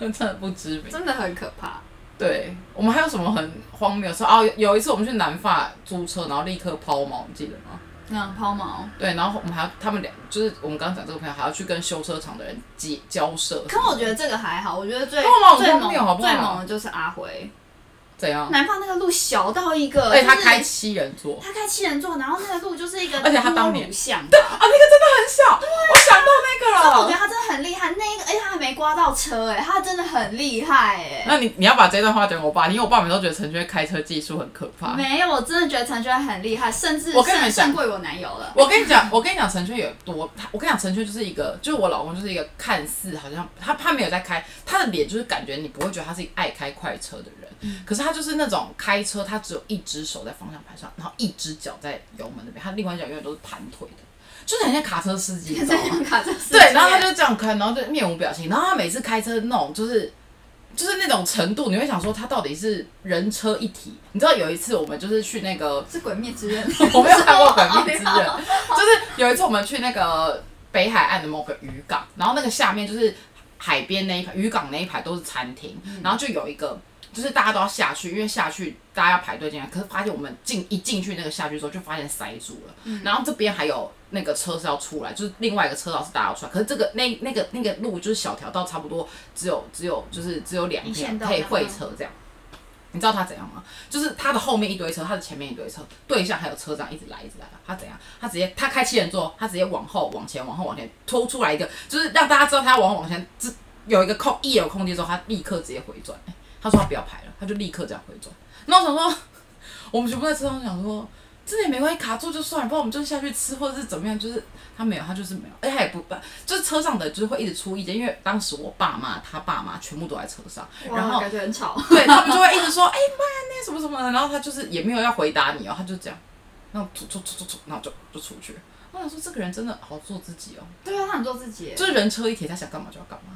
Speaker 1: 真的不知名。
Speaker 2: 真的很可怕。对
Speaker 1: 对我们还有什么很荒谬的事？哦，有有一次我们去南法租车，然后立刻抛锚，你记得吗？
Speaker 2: [LAUGHS] 嗯，抛锚。
Speaker 1: 对，然后我们还要他们俩，就是我们刚刚讲这个朋友，还要去跟修车厂的人结交涉。
Speaker 2: 可我觉得这个还好，我觉得最
Speaker 1: 抛锚
Speaker 2: 最
Speaker 1: 很
Speaker 2: 猛
Speaker 1: 荒谬好不好
Speaker 2: 最猛的就是阿辉，
Speaker 1: 怎样？
Speaker 2: 南方那个路小到一个，
Speaker 1: 而且他
Speaker 2: 就是
Speaker 1: 开七人座，
Speaker 2: 他开七人座，然后那个路就是一个，
Speaker 1: 而且他当年
Speaker 2: 像，对，
Speaker 1: 啊，那个真的很小，我想到那
Speaker 2: 哦我
Speaker 1: 个了。
Speaker 2: 觉得他真的很厉害，那一个，哎而且他还没刮到车、哎，他真的很厉害、哎。
Speaker 1: 那你你要把这段话讲给我爸听，因为我爸每次都觉得陈轩开车技术很可怕。
Speaker 2: 没有，我真的觉得陈轩很厉害，甚至
Speaker 1: 啊我跟你们
Speaker 2: 胜
Speaker 1: 讲
Speaker 2: 胜过于我男友了。
Speaker 1: 我跟你讲，我跟你讲，陈轩有多，他我跟你讲，陈轩就是一个，就是我老公就是一个看似好像他他没有在开，他的脸就是感觉你不会觉得他是一个爱开快车的人，可是他就是那种开车，他只有一只手在方向盘上，然后一只脚在油门那边，他另外一脚永远都是盘腿的，就是很像卡车司
Speaker 2: [LAUGHS]
Speaker 1: 机，你知道
Speaker 2: 在
Speaker 1: 吗？
Speaker 2: 香港这个世界
Speaker 1: 对，然后他就这样开，然后就面无表情，然后他每次开车那种就是就是那种程度，你会想说它到底是人车一体。你知道有一次我们就是去那个，
Speaker 2: 是《鬼灭之刃》
Speaker 1: [LAUGHS]
Speaker 2: [LAUGHS]
Speaker 1: 我没有看过《鬼灭之刃》，
Speaker 2: 哦
Speaker 1: 就是有一次我们去那个北海岸的某个渔港，然后那个下面就是海边那一排，渔港那一排都是餐厅，
Speaker 2: 嗯
Speaker 1: 然后就有一个。就是大家都要下去，因为下去大家要排队进来。可是发现我们进一进去那个下去之后，就发现塞住了。
Speaker 2: 嗯
Speaker 1: 然后这边还有那个车是要出来，就是另外一个车道是大家要出来。可是这个那那个那个路就是小条道，差不多只有只有就是只有两
Speaker 2: 一
Speaker 1: 条
Speaker 2: 线道
Speaker 1: 可以
Speaker 2: 这样
Speaker 1: 会
Speaker 2: 吗
Speaker 1: 车这样。你知道他怎样吗？就是他的后面一堆车，他的前面一堆车，对象还有车长一直来，一直来。他怎样？他直接他开七人座，他直接往后、往前、往后、往前拖出来一个，就是让大家知道他要往后、往前，这有一个空一有空间之后，他立刻直接回转。他说他不要排了，他就立刻这样回转。那我想说，我们全部在车上想说，哦这也没关系，卡住就算了，不然我们就下去吃或者是怎么样，就是他没有，他就是没有，而且他也不办，就是车上的就是会一直出意见，因为当时我爸妈、他爸妈全部都在车上，然后
Speaker 2: 感觉很吵。
Speaker 1: [LAUGHS] 对他们就会一直说，哎妈呀，那什么什么的，然后他就是也没有要回答你哦，他就这样，然后出出出出出，然后就就出去了。我想说，这个人真的好做自己哦，
Speaker 2: 对啊，他很做自己耶，
Speaker 1: 就是人车一铁，他想干嘛就要干嘛，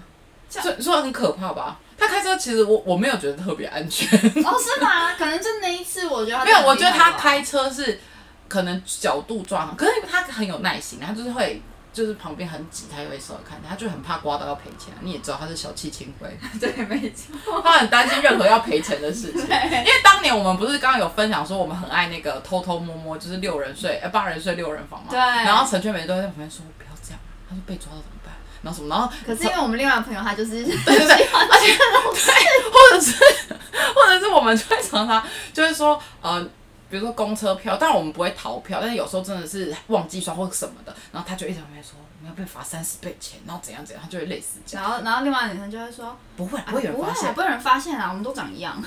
Speaker 2: 这
Speaker 1: 所以所以很可怕吧？他开车其实我我没有觉得特别安全，
Speaker 2: 哦，是吗？ [LAUGHS] 可能就那一次，我觉得他
Speaker 1: 没有，
Speaker 2: 真的
Speaker 1: 我觉得
Speaker 2: 很厉害
Speaker 1: 他
Speaker 2: 吧，
Speaker 1: 开车是可能角度抓好，可是他很有耐心，他就是会。就是旁边很挤，他也会稍微看，他就很怕刮到要赔钱。啊你也知道他是小气轻微，
Speaker 2: 对，没错，
Speaker 1: 他很担心任何要赔钱的事情。
Speaker 2: [LAUGHS] 对
Speaker 1: 因为当年我们不是刚刚有分享说我们很爱那个偷偷摸摸，就是六人睡、呃八人睡六人房嘛。
Speaker 2: 对
Speaker 1: 然后陈圈梅都会在旁边说不要这样，他说被抓到怎么办？然后什么？然后
Speaker 2: [LAUGHS] 可是因为我们另外的朋友，他就是
Speaker 1: 对
Speaker 2: [LAUGHS]
Speaker 1: 对对，而且对，或者是或者是我们就会常常就是说，呃，比如说公车票，当然我们不会逃票，但是有时候真的是忘记刷或什么的，然后他就一直在旁边说我们要被罚三十倍钱，然后怎样怎样，他就会类似这样。
Speaker 2: 然后然后另外的女生就会说，
Speaker 1: 不会啦，
Speaker 2: 哎
Speaker 1: 不会有人
Speaker 2: 不
Speaker 1: 发
Speaker 2: 会啊
Speaker 1: 现，
Speaker 2: 不会有人发现啊，我们都长一样，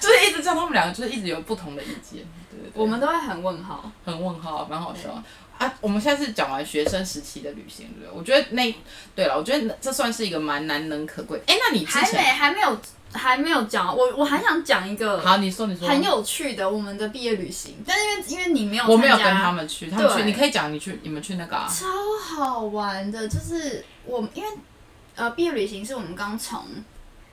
Speaker 1: 就是一直这样，他们两个就是一直有不同的意见。对对对，
Speaker 2: [LAUGHS] 我们都会很问号。
Speaker 1: 很问号啊，蛮好
Speaker 2: 嗯
Speaker 1: 笑啊。啊，我们现在是讲完学生时期的旅行，对不对？我觉得那，对了，我觉得这算是一个蛮难能可贵。哎、那你之
Speaker 2: 还没
Speaker 1: 前
Speaker 2: 还没有还没有讲，我我还想讲一个
Speaker 1: 好，你说你说，
Speaker 2: 很有趣的我们的毕业旅行，但是因为因为你没有参加，
Speaker 1: 我没有跟他们去，他们去，
Speaker 2: 对
Speaker 1: 你可以讲你去，你们去那个、啊，
Speaker 2: 超好玩的，就是我因为呃毕业旅行是我们刚从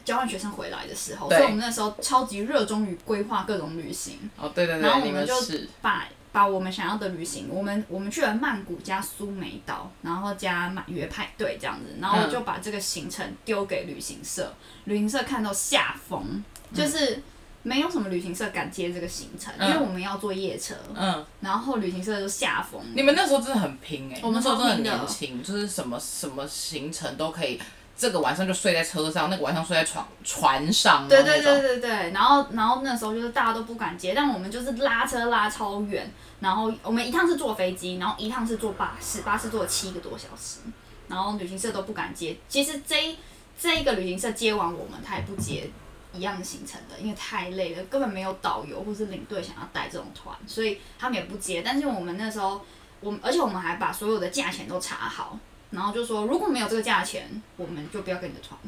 Speaker 2: 交换学生回来的时候，
Speaker 1: 对
Speaker 2: 所以我们那时候超级热衷于规划各种旅行，
Speaker 1: 哦，对对
Speaker 2: 然后
Speaker 1: 对，
Speaker 2: 我
Speaker 1: 你
Speaker 2: 们
Speaker 1: 们，
Speaker 2: 就是把把我们想要的旅行，我们我们去了曼谷加苏梅岛，然后加满月派对这样子，然后
Speaker 1: 嗯
Speaker 2: 我就把这个行程丢给旅行社，旅行社看到下风，就是没有什么旅行社敢接这个行程，
Speaker 1: 嗯
Speaker 2: 因为我们要坐夜车，
Speaker 1: 嗯，
Speaker 2: 然后旅行社就下风。
Speaker 1: 你们那时候真的很拼哎、
Speaker 2: 我们
Speaker 1: 那时候真的很
Speaker 2: 超拼的
Speaker 1: 年轻，就是什么什么行程都可以，这个晚上就睡在车上，那个晚上睡在床船上，
Speaker 2: 对对
Speaker 1: 然后那
Speaker 2: 对
Speaker 1: 种，
Speaker 2: 对对，然后然后那时候就是大家都不敢接，但我们就是拉车拉超远，然后我们一趟是坐飞机，然后一趟是坐巴士，巴士坐了七个多小时，然后旅行社都不敢接。其实这一这一个旅行社接完我们，他也不接一样的行程的，因为太累了，根本没有导游或是领队想要带这种团，所以他们也不接。但是我们那时候，我们而且我们还把所有的价钱都查好，然后就说如果没有这个价钱，我们就不要跟你的团。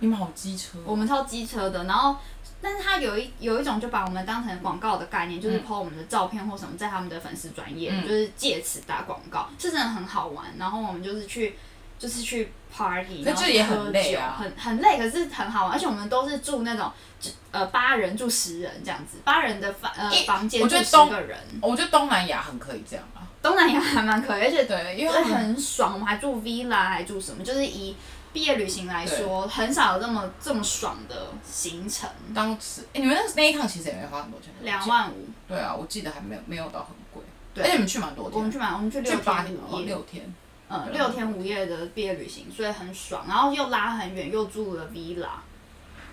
Speaker 1: 你们好机车，
Speaker 2: 我们超机车的，然后，但是他有一有一种就把我们当成广告的概念，就是 PO 我们的照片或什么在他们的粉丝专业，
Speaker 1: 嗯
Speaker 2: 就是借此打广告，是真的很好玩。然后我们就是去，就是去 party，
Speaker 1: 可
Speaker 2: 然
Speaker 1: 是
Speaker 2: 后
Speaker 1: 这也
Speaker 2: 喝
Speaker 1: 很累啊
Speaker 2: 酒很很累，可是很好玩。而且我们都是住那种，就呃八人住十人这样子，八人的房呃
Speaker 1: 一
Speaker 2: 房间
Speaker 1: 我
Speaker 2: 住
Speaker 1: 觉得
Speaker 2: 十
Speaker 1: 东
Speaker 2: 个人，
Speaker 1: 我觉得东南亚很可以这样啊，
Speaker 2: 东南亚还蛮可以，而且
Speaker 1: 对，因
Speaker 2: 因
Speaker 1: 为
Speaker 2: 为
Speaker 1: 他们
Speaker 2: 很爽，我们还住 villa，还住什么，就是以毕业旅行来说，很少有这么这么爽的行程，
Speaker 1: 当时、欸、你们那那一趟其实也没花很多钱，
Speaker 2: 两万五，
Speaker 1: 对啊，我记得还没有没有到很贵，
Speaker 2: 对
Speaker 1: 而且你们去蛮多
Speaker 2: 我们
Speaker 1: 天，
Speaker 2: 去买，我们去六
Speaker 1: 去八
Speaker 2: 天
Speaker 1: 天
Speaker 2: 五
Speaker 1: 哦，
Speaker 2: 夜，
Speaker 1: 六啊天，
Speaker 2: 嗯，六天五夜的毕业旅行，所以很爽，然后又拉很远，又住了 villa，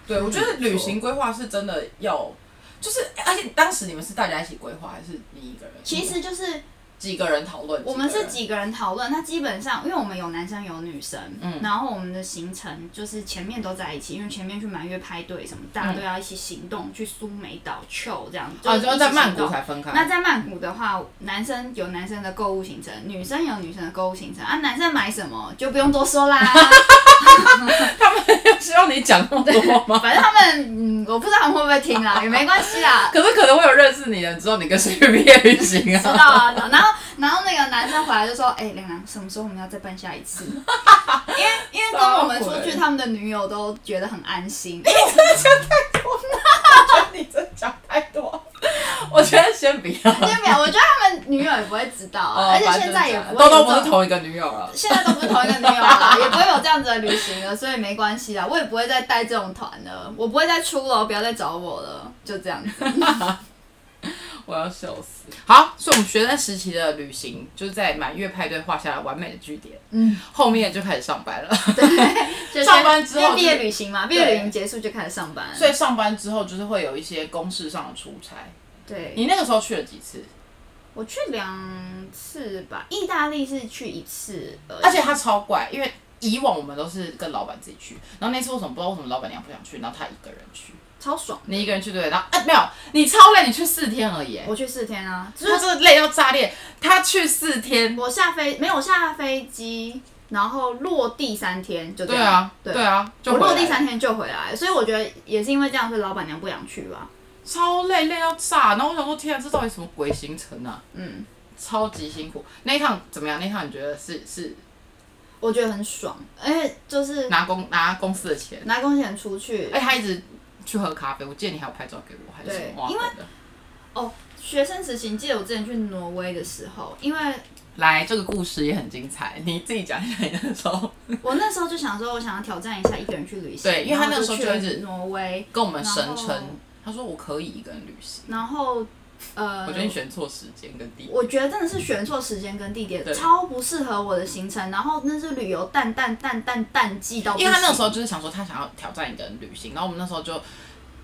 Speaker 1: 对，我觉得
Speaker 2: 嗯
Speaker 1: 旅行规划是真的要，就是而且当时你们是大家一起规划，还是你一个人？
Speaker 2: 其实就是
Speaker 1: 嗯几个人讨论，
Speaker 2: 我们是
Speaker 1: 几
Speaker 2: 几个人讨论，那基本上因为我们有男生有女生，
Speaker 1: 嗯
Speaker 2: 然后我们的行程就是前面都在一起，因为前面去满月派对什么，大家都要一起行动，去苏梅岛、秋这样，
Speaker 1: 个人啊，
Speaker 2: 是
Speaker 1: 就
Speaker 2: 一
Speaker 1: 要
Speaker 2: 起
Speaker 1: 在曼
Speaker 2: 行动
Speaker 1: 谷才嗯分开。
Speaker 2: 那在曼谷的话，男生有男生的购物行程，女生有女生的购物行程啊。男生买什么就不用多说啦，
Speaker 1: [LAUGHS] 希望你讲那么多吗？ [LAUGHS]
Speaker 2: [LAUGHS] 反正他们嗯，我不知道他们会不啊会听啦，也没关系啦。
Speaker 1: 可是可能会有认识你的人知道你跟谁去毕业旅行
Speaker 2: [LAUGHS] 知 [LAUGHS]
Speaker 1: 啊。
Speaker 2: 道啊，然后然后那个男生回来就说：“哎、玲玲，什么时候我们要再办下一次？” [LAUGHS] 因为因为跟我们出
Speaker 1: 撒
Speaker 2: 去，
Speaker 1: 谎
Speaker 2: 他们的女友都觉得很安心。 [LAUGHS]
Speaker 1: 你真讲太多， [LAUGHS] 我觉得先不要。
Speaker 2: 因为没有，我觉得他们女友也不会知道啊、而且
Speaker 1: 哦反正
Speaker 2: 现在也
Speaker 1: 就是
Speaker 2: 不会
Speaker 1: 这样豆
Speaker 2: 有
Speaker 1: 豆不
Speaker 2: 这
Speaker 1: 是
Speaker 2: 种
Speaker 1: 同一个女友了。
Speaker 2: 现在都不是同一个女友了， [LAUGHS] 也不会有这样子的旅行啊了，所以没关系啦，我也不会再带这种团了，我不会再出了，不要再找我了，就
Speaker 1: [LAUGHS]
Speaker 2: 这样子。
Speaker 1: 我要笑死。好，所以我们学生时期的旅行，就是在满月派对画下了完美的句点。
Speaker 2: 嗯，
Speaker 1: 后面就开始上班了，
Speaker 2: 就先
Speaker 1: 上班之后
Speaker 2: 因为
Speaker 1: 就
Speaker 2: 毕业旅行嘛，毕业
Speaker 1: 对
Speaker 2: 旅行结束就开始上班。
Speaker 1: [LAUGHS] 所以上班之后就是会有一些公事上的出差。
Speaker 2: 对，
Speaker 1: 你那个时候去了几次？
Speaker 2: 我去两次吧，意大利是去一次而已，
Speaker 1: 而且他超怪，因为以往我们都是跟老板自己去，然后那次为什么不知道为什么老板娘不想去，然后他一个人去，
Speaker 2: 超爽。
Speaker 1: 你一个人去对不对，然后哎、没有，你超累，你去四天而 [LAUGHS] 已、
Speaker 2: 我去四天啊，就
Speaker 1: 他
Speaker 2: 是
Speaker 1: 真的累到炸裂，他去四天，
Speaker 2: 我下飞没有我下飞机，然后落地三天就这
Speaker 1: 对
Speaker 2: 样。
Speaker 1: 啊，
Speaker 2: 对
Speaker 1: 对啊，就
Speaker 2: 我
Speaker 1: 回来
Speaker 2: 落地三天就回来，所以我觉得也是因为这样，所以老板娘不想去吧。
Speaker 1: 超累，累到炸，然后我想说，天啊，这到底什么鬼行程啊？
Speaker 2: 嗯，
Speaker 1: 超级辛苦。那一趟怎么样？那一趟你觉得是是
Speaker 2: 我觉得很爽，而且就是
Speaker 1: 拿公拿公司的钱？
Speaker 2: 拿工钱出去
Speaker 1: 哎、，他一直去喝咖啡，我记得你还有拍照给我，还是什
Speaker 2: 对
Speaker 1: 么哇
Speaker 2: 因为
Speaker 1: 好的。
Speaker 2: 学生时期，你记得我之前去挪威的时候，因为
Speaker 1: 来，这个故事也很精彩，你自己讲一下你那时
Speaker 2: [LAUGHS] 哦
Speaker 1: 候
Speaker 2: 我那时候就想说，我想要挑战一下一个人去旅行，
Speaker 1: 对因为他那个时候
Speaker 2: 然后
Speaker 1: 就
Speaker 2: 就
Speaker 1: 一
Speaker 2: 去
Speaker 1: 直
Speaker 2: 挪威，
Speaker 1: 跟我们声
Speaker 2: 然后
Speaker 1: 称，他说我可以一个人旅行。
Speaker 2: 然后呃
Speaker 1: 我，觉得你选错时间跟地点，
Speaker 2: 我觉得真的是选错时间跟地点，
Speaker 1: 对
Speaker 2: 超不适合我的行程，然后那是旅游淡淡淡淡淡季到不
Speaker 1: 因
Speaker 2: 行，
Speaker 1: 为他那个时候就是想说他想要挑战一个人旅行，然后我们那时候就。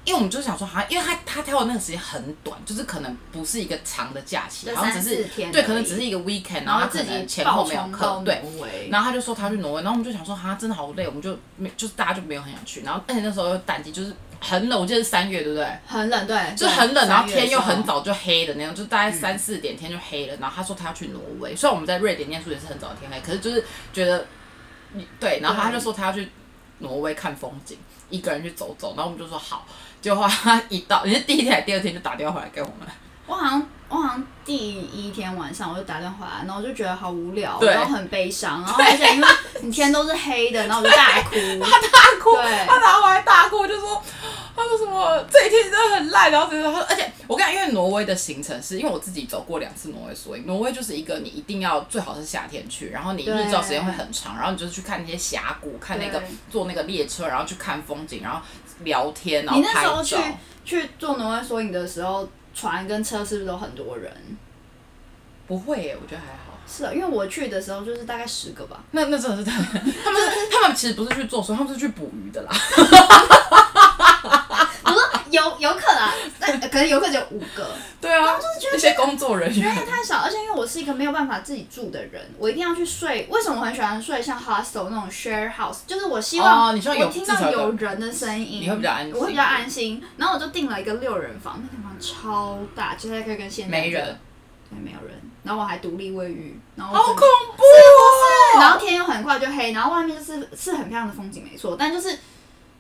Speaker 1: 因为我们就想说，好像因为他他挑的那个时间很短，就是可能不是一个长的假期，
Speaker 2: 就
Speaker 1: 好像只
Speaker 2: 三四
Speaker 1: 是
Speaker 2: 天而已，
Speaker 1: 对，可能只是一个 weekend，然
Speaker 2: 然
Speaker 1: 后
Speaker 2: 后
Speaker 1: 他可
Speaker 2: 自
Speaker 1: 能
Speaker 2: 己
Speaker 1: 前
Speaker 2: 爆
Speaker 1: 后没有
Speaker 2: 冲到
Speaker 1: 课，对，
Speaker 2: 挪威，
Speaker 1: 然后他就说他去挪威，然后我们就想说哈，真的好累，我们就没就是大家就没有很想去。然后而且那时候又淡季，就是很冷，我记得是三月对不对？
Speaker 2: 很冷，对，
Speaker 1: 就是很冷，
Speaker 2: 对
Speaker 1: 然后天又
Speaker 2: 三月
Speaker 1: 很
Speaker 2: 的时候
Speaker 1: 早就黑的那种，就大概三四点天就黑了。然后他说他要去挪威，虽然我们在瑞典念书也是很早天黑，可是就是觉得你对，然后他就说他要去挪威看风景，一个人去走走。然后我们就说好，结果他一到，你是第一天还是第二天就打电话回来给我们，
Speaker 2: 我好像我好像第一天晚上我就打电话来，然后我就觉得好无聊，
Speaker 1: 对
Speaker 2: 然后很悲伤，然后而且因为你天都是黑的，然后我就大
Speaker 1: [LAUGHS]
Speaker 2: 哭，
Speaker 1: 大哭
Speaker 2: 对
Speaker 1: 他拿回来大哭，就说他说什么这一天真的很烂，然后怎样？他说，而且我跟你讲，因为挪威的行程是因为我自己走过两次挪威，所以挪威就是一个你一定要最好是夏天去，然后你日照时间会很长，然后你就是去看那些峡谷，看那个
Speaker 2: 嗯对
Speaker 1: 坐那个列车，然后去看风景，然后聊天，然后
Speaker 2: 你那
Speaker 1: 拍
Speaker 2: 时候去
Speaker 1: 照。
Speaker 2: 去做挪威缩影的时候，船跟车是不是都很多人？
Speaker 1: 不会耶，我觉得还好。
Speaker 2: 是啊，因为我去的时候就是大概十个吧，
Speaker 1: 那那真的是 [LAUGHS] 他们，他们是他们其实不是去做水，他们是去捕鱼的啦。
Speaker 2: 我说游游客啊，那可能游客只有五个，
Speaker 1: 对啊，那些工作人员
Speaker 2: 因为太少，而且因为我是一个没有办法自己住的人，我一定要去睡。为什么我很喜欢睡像 hostel 那种 share house？就是我希望
Speaker 1: 哦你希望有
Speaker 2: 我听
Speaker 1: 至
Speaker 2: 到
Speaker 1: 少有
Speaker 2: 有人的声音，
Speaker 1: 你会比较安心
Speaker 2: 我会比较安心。然后我就订了一个六人房，那个房超大，现在可以跟现在
Speaker 1: 没人，
Speaker 2: 对，没有人。然后我还独立卫浴，然后我
Speaker 1: 好
Speaker 2: 整
Speaker 1: 恐
Speaker 2: 个
Speaker 1: 怖啊哦！
Speaker 2: 然后天又很快就黑，然后外面就是是很漂亮的风景，没错，但就是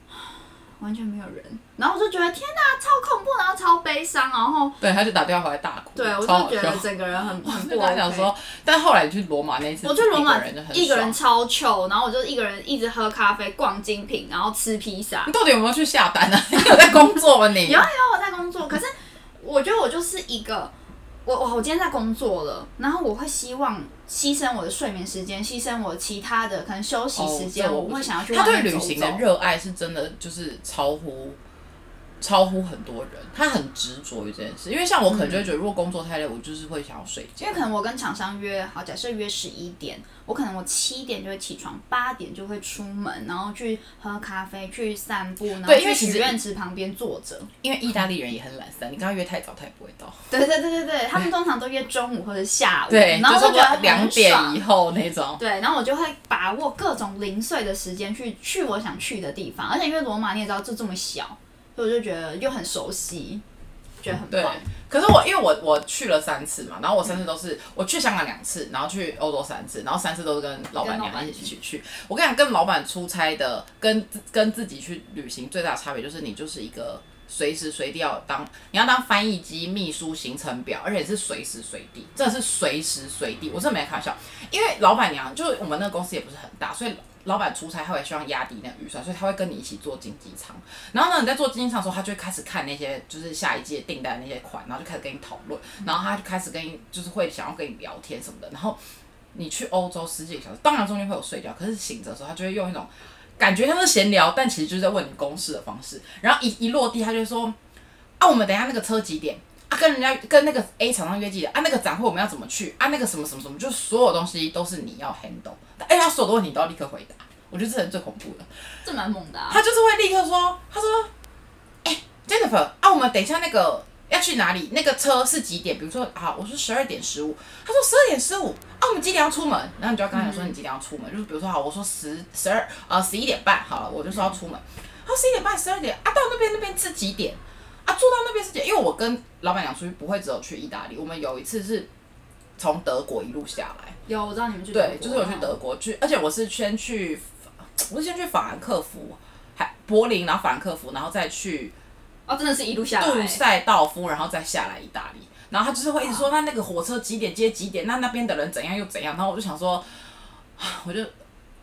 Speaker 2: [SIGHS] 完全没有人。然后我就觉得天哪，超恐怖，然后超悲伤，然后
Speaker 1: 对，他就打电话回来大哭，
Speaker 2: 对我就
Speaker 1: 超好
Speaker 2: 觉
Speaker 1: 笑
Speaker 2: 得整个人很
Speaker 1: 我 [LAUGHS]
Speaker 2: 很
Speaker 1: 就
Speaker 2: 不
Speaker 1: 跟他讲
Speaker 2: OK。
Speaker 1: 说，但后来你去罗马那一次，
Speaker 2: 我去罗马
Speaker 1: 一个人就很
Speaker 2: 一个
Speaker 1: 爽。
Speaker 2: 人超糗，然后我就一个人一直喝咖啡、逛精品，然后吃披萨。
Speaker 1: 你到底有没有去下单啊？你 [LAUGHS] 有在工作吗？你
Speaker 2: 有啊有啊，我在工作，可是我觉得我就是一个，我我我今天在工作了，然后我会希望牺牲我的睡眠时间，牺牲我其他的可能休息
Speaker 1: 哦
Speaker 2: 时间，
Speaker 1: 这我
Speaker 2: 我
Speaker 1: 不
Speaker 2: 会
Speaker 1: 知
Speaker 2: 想要去
Speaker 1: 他
Speaker 2: 外
Speaker 1: 对
Speaker 2: 面
Speaker 1: 旅
Speaker 2: 走
Speaker 1: 行的
Speaker 2: 走。
Speaker 1: 热爱是真的，就是超乎超乎很多人，他很执着于这件事。因为像我可
Speaker 2: 嗯
Speaker 1: 能就会觉得，如果工作太累，我就是会想要睡觉
Speaker 2: 因。为可能我跟厂商约好，假设约十一点，我可能我七点就会起床，八点就会出门，然后去喝咖啡、去散步，然后
Speaker 1: 对因为
Speaker 2: 去
Speaker 1: 其
Speaker 2: 许
Speaker 1: 实
Speaker 2: 愿池旁边坐着。
Speaker 1: 因为意大利人也很懒散，你跟他约太早，他也不会到。
Speaker 2: 对对对对对，他们通常都约中午或者下午，
Speaker 1: 嗯对，
Speaker 2: 然
Speaker 1: [LAUGHS]
Speaker 2: 后
Speaker 1: 就差
Speaker 2: 我就
Speaker 1: 不
Speaker 2: 觉得
Speaker 1: 多两
Speaker 2: 很
Speaker 1: 点以
Speaker 2: 爽。
Speaker 1: 后那种。
Speaker 2: 对，然后我就会把握各种零碎的时间去去我想去的地方，而且因为罗马你也知道就这么小，所以我就觉得又很熟悉，觉得很
Speaker 1: 嗯对
Speaker 2: 棒。，
Speaker 1: 可是我因为我我去了三次嘛，然后我三次都是、我去香港两次，然后去欧洲三次，然后三次都是跟老板
Speaker 2: 跟老
Speaker 1: 娘
Speaker 2: 板
Speaker 1: 一起去去。我跟你讲，跟老板出差的跟自跟自己去旅行最大的差别就是你就是一个随时随地要当，你要当翻译机、秘书、行程表，而且是随时随地，真的是随时随地。我真的没开玩笑，因为老板娘就是我们那个公司也不是很大，所以老板出差他会希望压低那个预算，所以他会跟你一起做经济舱。然后呢，你在做经济舱的时候，他就会开始看那些就是下一季的订单的那些款，然后就开始跟你讨论，然后他就开始跟你就是会想要跟你聊天什么的。然后你去欧洲十几个小时，当然中间会有睡觉，可是醒着的时候，他就会用一种感觉像是闲聊，但其实就是在问你公事的方式。然后一一落地，他就说：“啊，我们等一下那个车几点？啊，跟人家跟那个 A 厂商约几点？啊，那个展会我们要怎么去？啊，那个什么什么什么，就所有东西都是你要 handle，而且他所有的问题都要立刻回答。我觉得这人最恐怖的。”
Speaker 2: 这蛮猛的、啊。
Speaker 1: 他就是会立刻说，他说，哎、j e n n i f e r 啊，我们等一下那个要去哪里？那个车是几点？比如说啊，我说十二点十五，他说十二点十五，啊，我们几点要出门？然后你就要跟他讲说你几点要出门，就是比如说好，我说十十二啊十一点半好了，我就说要出门，他说十一点半十二点啊，到那边那边是几点？啊，坐到那边是几点？因为我跟老板娘出去不会只有去意大利，我们有一次是从德国一路下来。
Speaker 2: 有，我知道你们去
Speaker 1: 对，就是我去
Speaker 2: 德
Speaker 1: 德国去，而且我是先去法，我是先去法兰克福，还柏林，然后法兰克福，然后再去
Speaker 2: 国，哦，真的是一路下
Speaker 1: 杜
Speaker 2: 来。
Speaker 1: 塞道夫，然后再下来意大利。然后他就是会一直说，那那个火车几点接几点，那那边的人怎样又怎样。然后我就想说，啊我就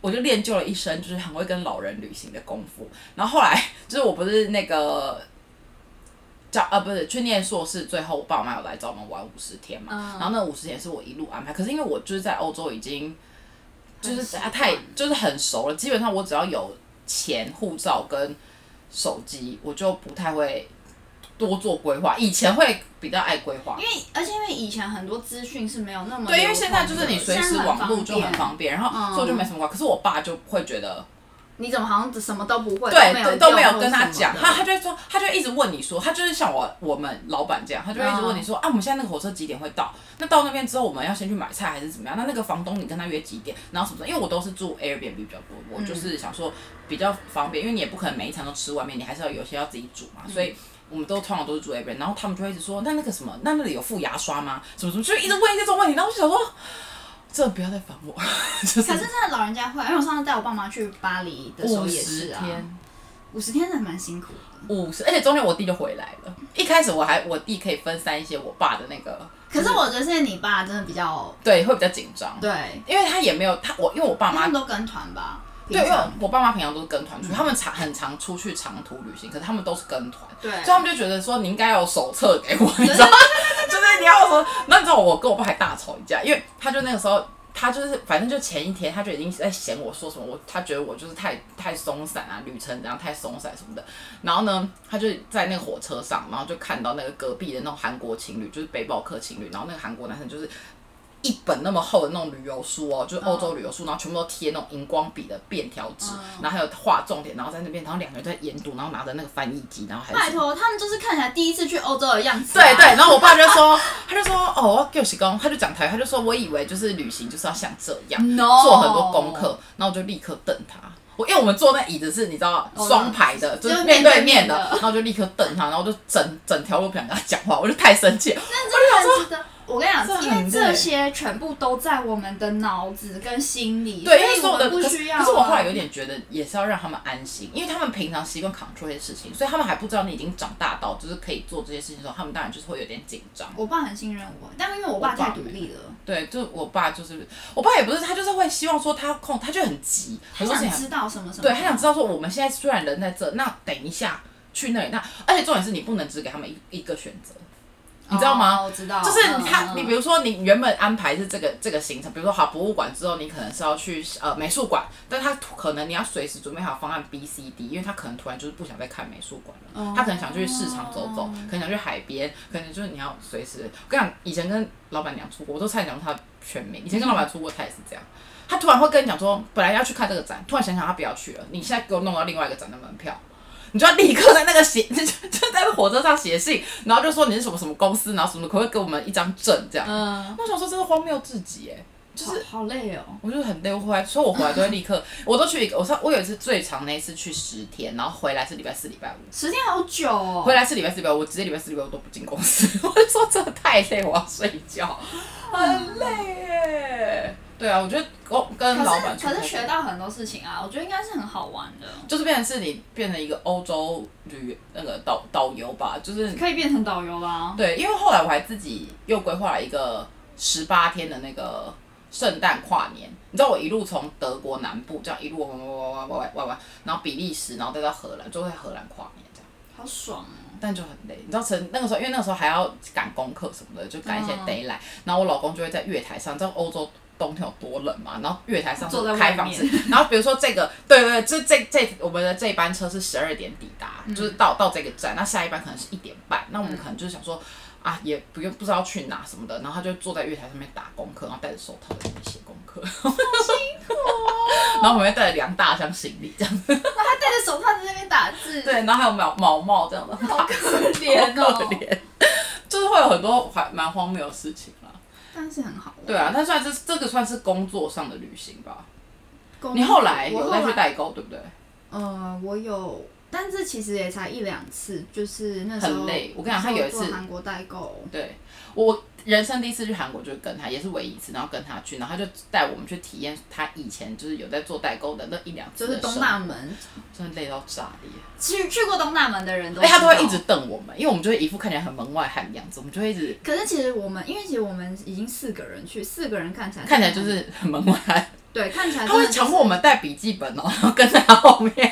Speaker 1: 我就练就了一身就是很会跟老人旅行的功夫。然后后来就是我不是那个叫呃不是去念硕士，最后我爸妈有来找我们玩五十天嘛。
Speaker 2: 嗯
Speaker 1: 然后那五十天是我一路安排，可是因为我就是在欧洲已经就是
Speaker 2: 很习
Speaker 1: 太太
Speaker 2: 惯
Speaker 1: 就是很熟了，基本上我只要有钱、护照跟手机，我就不太会多做规划。以前会比较爱规划
Speaker 2: 因，为而且因为以前很多资讯是没有那么
Speaker 1: 对，因为
Speaker 2: 流
Speaker 1: 现
Speaker 2: 通
Speaker 1: 在就是
Speaker 2: 的
Speaker 1: 你随
Speaker 2: 现
Speaker 1: 时
Speaker 2: 在
Speaker 1: 网络就很
Speaker 2: 便
Speaker 1: 方便，然
Speaker 2: 嗯
Speaker 1: 后所以我就没什么管。可是我爸就会觉得，
Speaker 2: 你怎么好像什么都不会，
Speaker 1: 对，都没有
Speaker 2: 用
Speaker 1: 跟他
Speaker 2: 或什么
Speaker 1: 讲，
Speaker 2: 的
Speaker 1: 他他就会说，他就会一直问你说，他就是像我我们老板这样，他就会一直问你说，
Speaker 2: 嗯
Speaker 1: 啊，我们现在那个火车几点会到？那到那边之后，我们要先去买菜还是怎么样？那那个房东你跟他约几点？然后什么什么？因为我都是住 Airbnb 比较多，我
Speaker 2: 嗯
Speaker 1: 就是想说比较方便，因为你也不可能每一餐都吃外面，你还是要有些要自己煮嘛，所以。
Speaker 2: 嗯
Speaker 1: 我们都通常都是住 Airbnb，然后他们就会一直说，那那个什么，那那里有附牙刷吗？什么什么，就一直问一些这种问题，然后我就想说，这不要再烦我了，就是
Speaker 2: 可是真的老人家会，因为我上次带我爸妈去巴黎的时候
Speaker 1: 五
Speaker 2: 也
Speaker 1: 十
Speaker 2: 是啊，
Speaker 1: 天。
Speaker 2: 五十天真的蛮辛苦的。
Speaker 1: 五十，而且中间我弟就回来了。一开始我还我弟可以分散一些我爸的那个，
Speaker 2: 可是我觉得现在你爸真的比较
Speaker 1: 对，会比较紧张，
Speaker 2: 对，
Speaker 1: 因为他也没有他我，因为我爸
Speaker 2: 他
Speaker 1: 妈
Speaker 2: 们都跟团吧，
Speaker 1: 对，因
Speaker 2: 嗯平
Speaker 1: 为
Speaker 2: 常
Speaker 1: 我爸妈平常都是跟团出去，他们常很常出去长途旅行，可是他们都是跟团，
Speaker 2: 对
Speaker 1: 所以他们就觉得说你应该有手册给
Speaker 2: [LAUGHS]
Speaker 1: 我，你知道吗？就是你要说，那你知道我跟我爸还大吵一架，因为他就那个时候。他就是，反正就前一天他就已经在嫌我说什么，我他觉得我就是太太松散啊，旅程然后太松散什么的。然后呢，他就在那个火车上，然后就看到那个隔壁的那种韩国情侣，就是背包客情侣，然后那个韩国男生就是一本那么厚的那种旅游书哦，就是欧洲旅游书，然后全部都贴那种荧光笔的便条纸，
Speaker 2: 嗯
Speaker 1: 然后还有画重点，然后在那边，然后两个人在研读，然后拿着那个翻译机，然后还
Speaker 2: 拜
Speaker 1: 是
Speaker 2: [LAUGHS] 托，他们就是看起来第一次去欧洲的样子、啊。
Speaker 1: 对对，然后我爸就说，他就说哦，我给我洗工，他就讲台语，他就说我以为就是旅行就是要像这样，
Speaker 2: ，no，
Speaker 1: 做很多功，
Speaker 2: 哦
Speaker 1: 课，然后我就立刻瞪他。我因为我们坐那椅子是你知道
Speaker 2: 哦
Speaker 1: 双排的，就
Speaker 2: 就是是
Speaker 1: 面
Speaker 2: 面
Speaker 1: 对
Speaker 2: 对
Speaker 1: 面
Speaker 2: 面
Speaker 1: 的
Speaker 2: 的，
Speaker 1: 然后我就立刻瞪他，然后我就整整条路不想跟他讲话，我就太生气了。
Speaker 2: 但真的值得。我跟你
Speaker 1: 这
Speaker 2: 讲，因为
Speaker 1: 很累
Speaker 2: 这些全部都在我们的脑子跟心里，
Speaker 1: 对，因为
Speaker 2: 所
Speaker 1: 所有
Speaker 2: 以我
Speaker 1: 的
Speaker 2: 们不
Speaker 1: 可是
Speaker 2: 需要啊、
Speaker 1: 可是我后来有点觉得也是要让他们安心，因为他们平常习惯 control 这些事情，所以他们还不知道你已经长大到就是可以做这些事情的时候，他们当然就是会有点紧张。
Speaker 2: 我爸很信任我，但因为我
Speaker 1: 我
Speaker 2: 爸
Speaker 1: 爸
Speaker 2: 太独立了，
Speaker 1: 对，就我爸就是我爸也不是，他就是会希望说他控，他就很急，
Speaker 2: 他
Speaker 1: 很多事情
Speaker 2: 想
Speaker 1: 很
Speaker 2: 知道什么什么。
Speaker 1: 对他想知道说我们现在虽然人在这，那等一下去那里，那而且重点是你不能只给他们一一个选择。你知道吗
Speaker 2: 哦我知道，
Speaker 1: 就是
Speaker 2: 嗯
Speaker 1: 他，
Speaker 2: 嗯
Speaker 1: 你比如说你原本安排是这个这个行程，比如说好博物馆之后，你可能是要去呃美术馆，但他可能你要随时准备好方案 B、C、D，因为他可能突然就是不想再看美术馆了
Speaker 2: 哦，
Speaker 1: 他可能想去市场走走，可能想去海边，可能就是你要随时。我跟你讲，以前跟老板娘出国，我都差点讲出她的全名。以前跟老板娘出国，她也是这样。他突然会跟你讲说，本来要去看这个展，突然想想他不要去了，你现在给我弄到另外一个展的门票，你就要立刻在那个写， [LAUGHS] 就就在火车上写信，然后就说你是什么什么公司，然后什么可不可以给我们一张证这样。
Speaker 2: 嗯，
Speaker 1: 我想说，真的荒谬至极哎！就是
Speaker 2: 好好累哦。
Speaker 1: 我就是很累，我回来，所以我回来都会立刻，我都去一个，我上我有一次最长那一次去十天，然后回来是礼拜四、礼拜五，
Speaker 2: 时间好久哦，
Speaker 1: 回来是礼拜四、礼拜五，我直接礼拜四、礼拜五都不进公司，我就说真的太累，我要睡觉，很累耶。对啊，我觉得我跟老板
Speaker 2: 可是
Speaker 1: 出国
Speaker 2: 可是学到很多事情啊，我觉得应该是很好玩的，
Speaker 1: 就是变成是你变成一个欧洲旅那个导导游吧，就是
Speaker 2: 可以变成导游啊啦。
Speaker 1: 对，因为后来我还自己又规划了一个十八天的那个圣诞跨年。你知道我一路从德国南部这样一路玩玩玩玩玩玩玩玩，然后比利时，然后再到荷兰，最后在荷兰跨年这样，
Speaker 2: 好爽哦、
Speaker 1: 但就很累。你知道成那个时候，因为那个时候还要赶功课什么的，就赶一些
Speaker 2: 嗯
Speaker 1: d a y l i g h t 然后我老公就会在月台上，你知道欧洲。冬天有多冷嘛？然后月台上是
Speaker 2: 坐在外
Speaker 1: 开放式，然后比如说这个，对对对，这这这我们的这班车是十二点抵达，就是到到这个站，那下一班可能是一点半，那我们可能就是想说，啊，也不用不知道去哪什么的，然后他就坐在月台上面打功课，然后戴着手套在那边写功课， [LAUGHS] 好辛苦、然后我们会带着两大箱行李这样，
Speaker 2: 他戴着手套在那边打字，
Speaker 1: 对，，然后还有毛毛帽这样 [LAUGHS] 的，
Speaker 2: 好可怜
Speaker 1: 好
Speaker 2: 哦、
Speaker 1: 可怜，就是会有很多还蛮荒谬的事情啦。
Speaker 2: 但是很好玩。
Speaker 1: 对啊，那算是这个算是工作上的旅行吧。
Speaker 2: 工
Speaker 1: 你后来
Speaker 2: 我
Speaker 1: 有
Speaker 2: 后
Speaker 1: 再去
Speaker 2: 来
Speaker 1: 代购，对不对？
Speaker 2: 呃，我有，但这其实也才一两次，就是那时候
Speaker 1: 很累我跟你讲他
Speaker 2: 那时候
Speaker 1: 有一次
Speaker 2: 做韩国代购，
Speaker 1: 对我人生第一次去韩国就是跟他，也是唯一一次，然后跟他去，然后他就带我们去体验他以前就是有在做代购的那一两
Speaker 2: 就
Speaker 1: 次
Speaker 2: 是
Speaker 1: 的
Speaker 2: 东
Speaker 1: 生
Speaker 2: 大
Speaker 1: 活，
Speaker 2: 门，
Speaker 1: 真的累到炸裂。
Speaker 2: 去去过东大门的人都，
Speaker 1: 哎、他都会一直。瞪我们，因为我们就会一副看起来很门外汉的样子，我们就会一直
Speaker 2: 可是其实我们，因为其实我们已经四个人去，四个人看起来
Speaker 1: 看起来就是很门外汉。
Speaker 2: 对，看起来
Speaker 1: 他
Speaker 2: 哎真的
Speaker 1: 会
Speaker 2: 就是
Speaker 1: 强迫我们带笔记本哦， [LAUGHS] 然后跟在他后面。 [LAUGHS]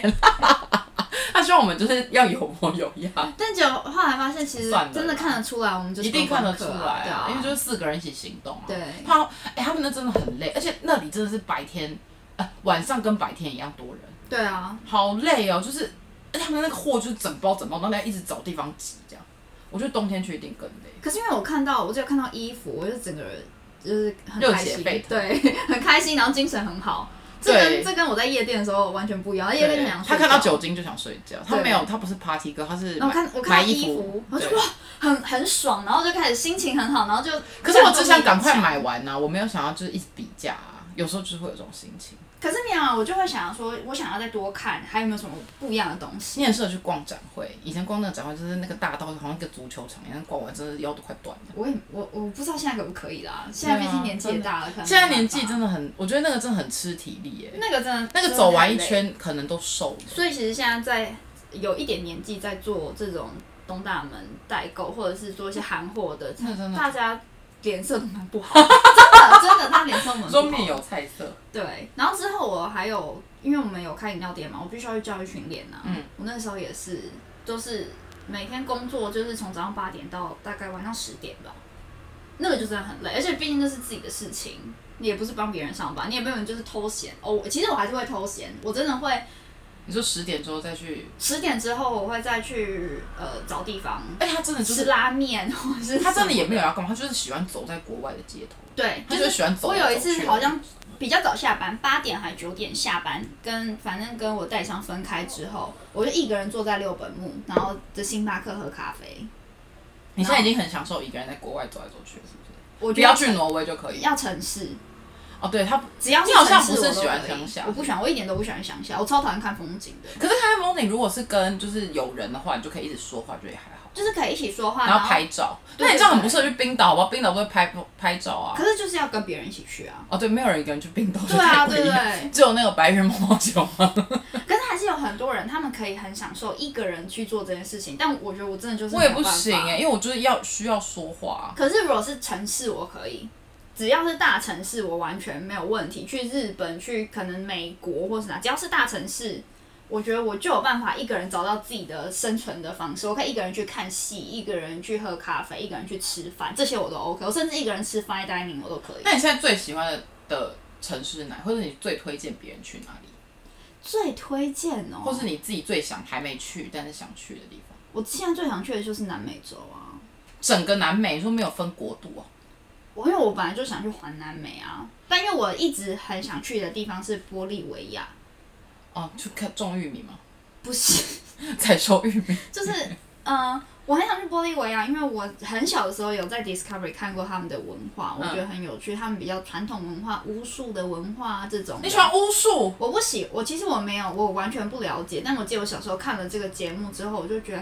Speaker 1: 他希望我们就是要有模有样，
Speaker 2: 但就后来发现，其实
Speaker 1: 算了
Speaker 2: 真的
Speaker 1: 啦
Speaker 2: 看得出来，我 [LAUGHS] 们就是
Speaker 1: 一定看得出
Speaker 2: 观
Speaker 1: 来
Speaker 2: 光客啊，对啊，
Speaker 1: 因为就是四个人一起行动啊。
Speaker 2: 对
Speaker 1: 他哎、他们那真的很累，而且那里真的是白天，呃，晚上跟白天一样多人。
Speaker 2: 对啊，
Speaker 1: 好累哦，就是而且他们那个货就是整包整包，然后一直找地方挤这样。我觉得冬天去一定更累。
Speaker 2: 可是因为我看到，我只有看到衣服，我就整个人就是很
Speaker 1: 热
Speaker 2: 开
Speaker 1: 血
Speaker 2: 心，
Speaker 1: 沸腾
Speaker 2: 对， [LAUGHS] 很开心，然后精神很好。这
Speaker 1: 对
Speaker 2: 跟这跟我在夜店的时候完全不一样，夜店就
Speaker 1: 对
Speaker 2: 想
Speaker 1: 他
Speaker 2: 睡
Speaker 1: 看到
Speaker 2: 觉
Speaker 1: 酒，精就想睡觉，他没有，他不是 party 哥，他是
Speaker 2: 然后我看
Speaker 1: 买
Speaker 2: 我看
Speaker 1: 买
Speaker 2: 到
Speaker 1: 衣
Speaker 2: 衣
Speaker 1: 服，
Speaker 2: 我就
Speaker 1: 对
Speaker 2: 哇，很很爽，然后就开始心情很好，然后就
Speaker 1: 可是我只想
Speaker 2: 战斗力很
Speaker 1: 赶快
Speaker 2: 强
Speaker 1: 买完呐、啊我没有想要就是一直比价、啊，有时候就是会有这种心情。
Speaker 2: 可是没有啊，我就会想要说，我想要再多看，还有没有什么不一样的东西？
Speaker 1: 你很适合去逛展会，以前逛那个展会就是那个大道好像一个足球场一样，逛完真的腰都快断了。
Speaker 2: 我也我我不知道现在可不可以啦，现在毕竟年纪也大了，可能没
Speaker 1: 啊现在
Speaker 2: 办法
Speaker 1: 年纪真的很，我觉得那个真的很吃体力耶、
Speaker 2: 那个真的
Speaker 1: 那个走完一，圈可能都瘦了。
Speaker 2: 所以其实现在在有一点年纪在做这种东大门代购，或者是做一些韩货的，
Speaker 1: 真的真的
Speaker 2: 大家脸色都蛮不好，真的真的，他脸色
Speaker 1: [LAUGHS]
Speaker 2: 蛮不
Speaker 1: 桌
Speaker 2: 好。
Speaker 1: 面有菜色，
Speaker 2: 对，然后之后我还有，因为我们有开饮料店嘛，我必须要去教育训练啊。
Speaker 1: 嗯，
Speaker 2: 我那时候也是，就是每天工作就是从早上八点到大概晚上十点吧，那个就真的很累，而且毕竟那是自己的事情，你也不是帮别人上班，你也没有人就是偷闲哦。其实我还是会偷闲，我真的会
Speaker 1: 你说十点之后再去
Speaker 2: 十点之后我会再去呃找地方
Speaker 1: 哎、他真的就是，
Speaker 2: 吃拉面，或者是
Speaker 1: 他真的
Speaker 2: 什么
Speaker 1: 也没有要干嘛，他就是喜欢走在国外的街头，
Speaker 2: 对，
Speaker 1: 他就是喜欢走
Speaker 2: 我
Speaker 1: 来
Speaker 2: 有一
Speaker 1: 走
Speaker 2: 次
Speaker 1: 去
Speaker 2: 好像比较早下班，八点还九点下班，跟反正跟我代商分开之后，我就一个人坐在六本木，然后在星巴克喝咖啡。
Speaker 1: 你现在已经很享受一个人在国外走来走去了，是不是？
Speaker 2: 我
Speaker 1: 不
Speaker 2: 觉
Speaker 1: 要
Speaker 2: 得
Speaker 1: 去挪威就可以。
Speaker 2: 要城市，
Speaker 1: 哦，对他不，
Speaker 2: 只要是
Speaker 1: 你好像
Speaker 2: 城市
Speaker 1: 不是
Speaker 2: 我都
Speaker 1: 喜欢
Speaker 2: 可以
Speaker 1: 乡下
Speaker 2: 我不喜欢，我一点都不喜欢乡下，我超讨厌看风景的，
Speaker 1: 可是开蒙你如果是跟就是有人的话，你就可以一直说话，觉得也还好。
Speaker 2: 就是可以一起说话，
Speaker 1: 啊然
Speaker 2: 然
Speaker 1: 后。拍照，
Speaker 2: 对
Speaker 1: 那你这样很不适合去冰岛，好不好？冰岛不是拍拍照啊。
Speaker 2: 可是就是要跟别人一起去啊。
Speaker 1: 哦，对，没有人一个人去冰岛，
Speaker 2: 对啊，
Speaker 1: 就太
Speaker 2: 对
Speaker 1: 无
Speaker 2: 对
Speaker 1: 聊
Speaker 2: 对。
Speaker 1: 只有那个白人猫熊啊，
Speaker 2: 可是还是有很多人，他们可以很享受一个人去做这件事情，但我觉得我真的就是
Speaker 1: [LAUGHS] 我也
Speaker 2: 没有
Speaker 1: 不
Speaker 2: 办法
Speaker 1: 行哎、因为我就是要需要说话啊。
Speaker 2: 可是如果是城市，我可以，只要是大城市，我完全没有问题。去日本，去可能美国或是哪，只要是大城市，我觉得我就有办法一个人找到自己的生存的方式。我可以一个人去看戏，一个人去喝咖啡，一个人去吃饭，这些我都 OK。我甚至一个人吃 fine dining 我都可以。
Speaker 1: 那你现在最喜欢的的城市是哪里？或者你最推荐别人去哪里？
Speaker 2: 最推荐哦，
Speaker 1: 或是你自己最想还没去但是想去的地方？
Speaker 2: 我现在最想去的就是南美洲啊。
Speaker 1: 整个南美，你说没有分国度哦、
Speaker 2: 我因为我本来就想去环南美啊，但因为我一直很想去的地方是玻利维亚，
Speaker 1: 哦，去看种玉米 [LAUGHS] 吗？
Speaker 2: 不是
Speaker 1: 采收玉米？
Speaker 2: 就是呃，我很想去玻利维亚，因为我很小的时候有在 Discovery 看过他们的文化，我
Speaker 1: 嗯
Speaker 2: 觉得很有趣，他们比较传统文化、巫术的文化啊这种的。
Speaker 1: 你喜欢巫术？
Speaker 2: 我不喜，我其实我没有，我完全不了解。但我记得我小时候看了这个节目之后，我就觉得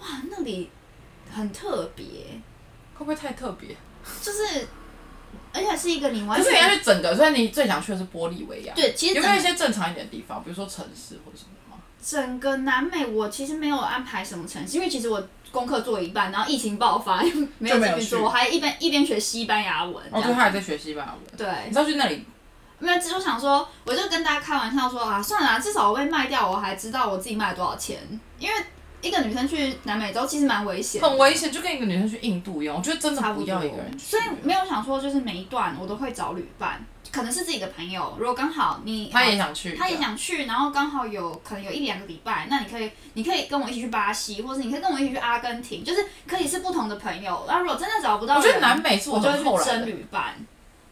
Speaker 2: 哇，那里很特别，
Speaker 1: 会不会太特别？
Speaker 2: 就是而且是一个你完
Speaker 1: 可是你要
Speaker 2: 全
Speaker 1: 去整个，所以你最想去的是玻利维亚。
Speaker 2: 对，其实
Speaker 1: 有没有一
Speaker 2: 整
Speaker 1: 些正常一点的地方，比如说城市或者什么的吗？
Speaker 2: 整个南美我其实没有安排什么城市，因为其实我功课做一半，然后疫情爆发，没有
Speaker 1: 就没
Speaker 2: 继
Speaker 1: 有
Speaker 2: 续
Speaker 1: 去
Speaker 2: 做，我还一边一边学西班牙文这
Speaker 1: 哦，对，
Speaker 2: 样。
Speaker 1: 他还在学西班牙文。
Speaker 2: 对
Speaker 1: 你，知道去那里，
Speaker 2: 因为就想说，我就跟大家开玩笑说啊，算了啊至少我被卖掉，我还知道我自己卖多少钱。因为一个女生去南美洲其实蛮危险的，
Speaker 1: 很危险，就跟一个女生去印度一样。我觉得真的
Speaker 2: 差
Speaker 1: 不
Speaker 2: 多
Speaker 1: 要一个人去。
Speaker 2: 所以没有想说就是每一段我都会找旅伴，可能是自己的朋友，如果刚好你哦
Speaker 1: 他也想去，
Speaker 2: 他也想去，然后刚好有可能有一两个礼拜，那你可以你可以跟我一起去巴西，或者你可以跟我一起去阿根廷，就是可以是不同的朋友。那如果真的找不到
Speaker 1: 啊我
Speaker 2: 人，
Speaker 1: 觉得南美是
Speaker 2: 我就
Speaker 1: 很
Speaker 2: 会
Speaker 1: 后
Speaker 2: 去
Speaker 1: 来
Speaker 2: 争
Speaker 1: 的。
Speaker 2: 旅伴。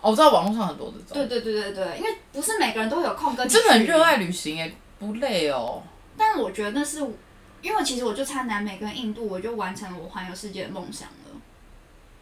Speaker 1: 哦，我知道网络上很多这种。
Speaker 2: 对对对对对，因为不是每个人都有空跟你
Speaker 1: 真的很
Speaker 2: 去
Speaker 1: 热爱旅行诶，不累哦。
Speaker 2: 但我觉得那是，因为其实我就差南美跟印度，我就完成了我环游世界的梦想了，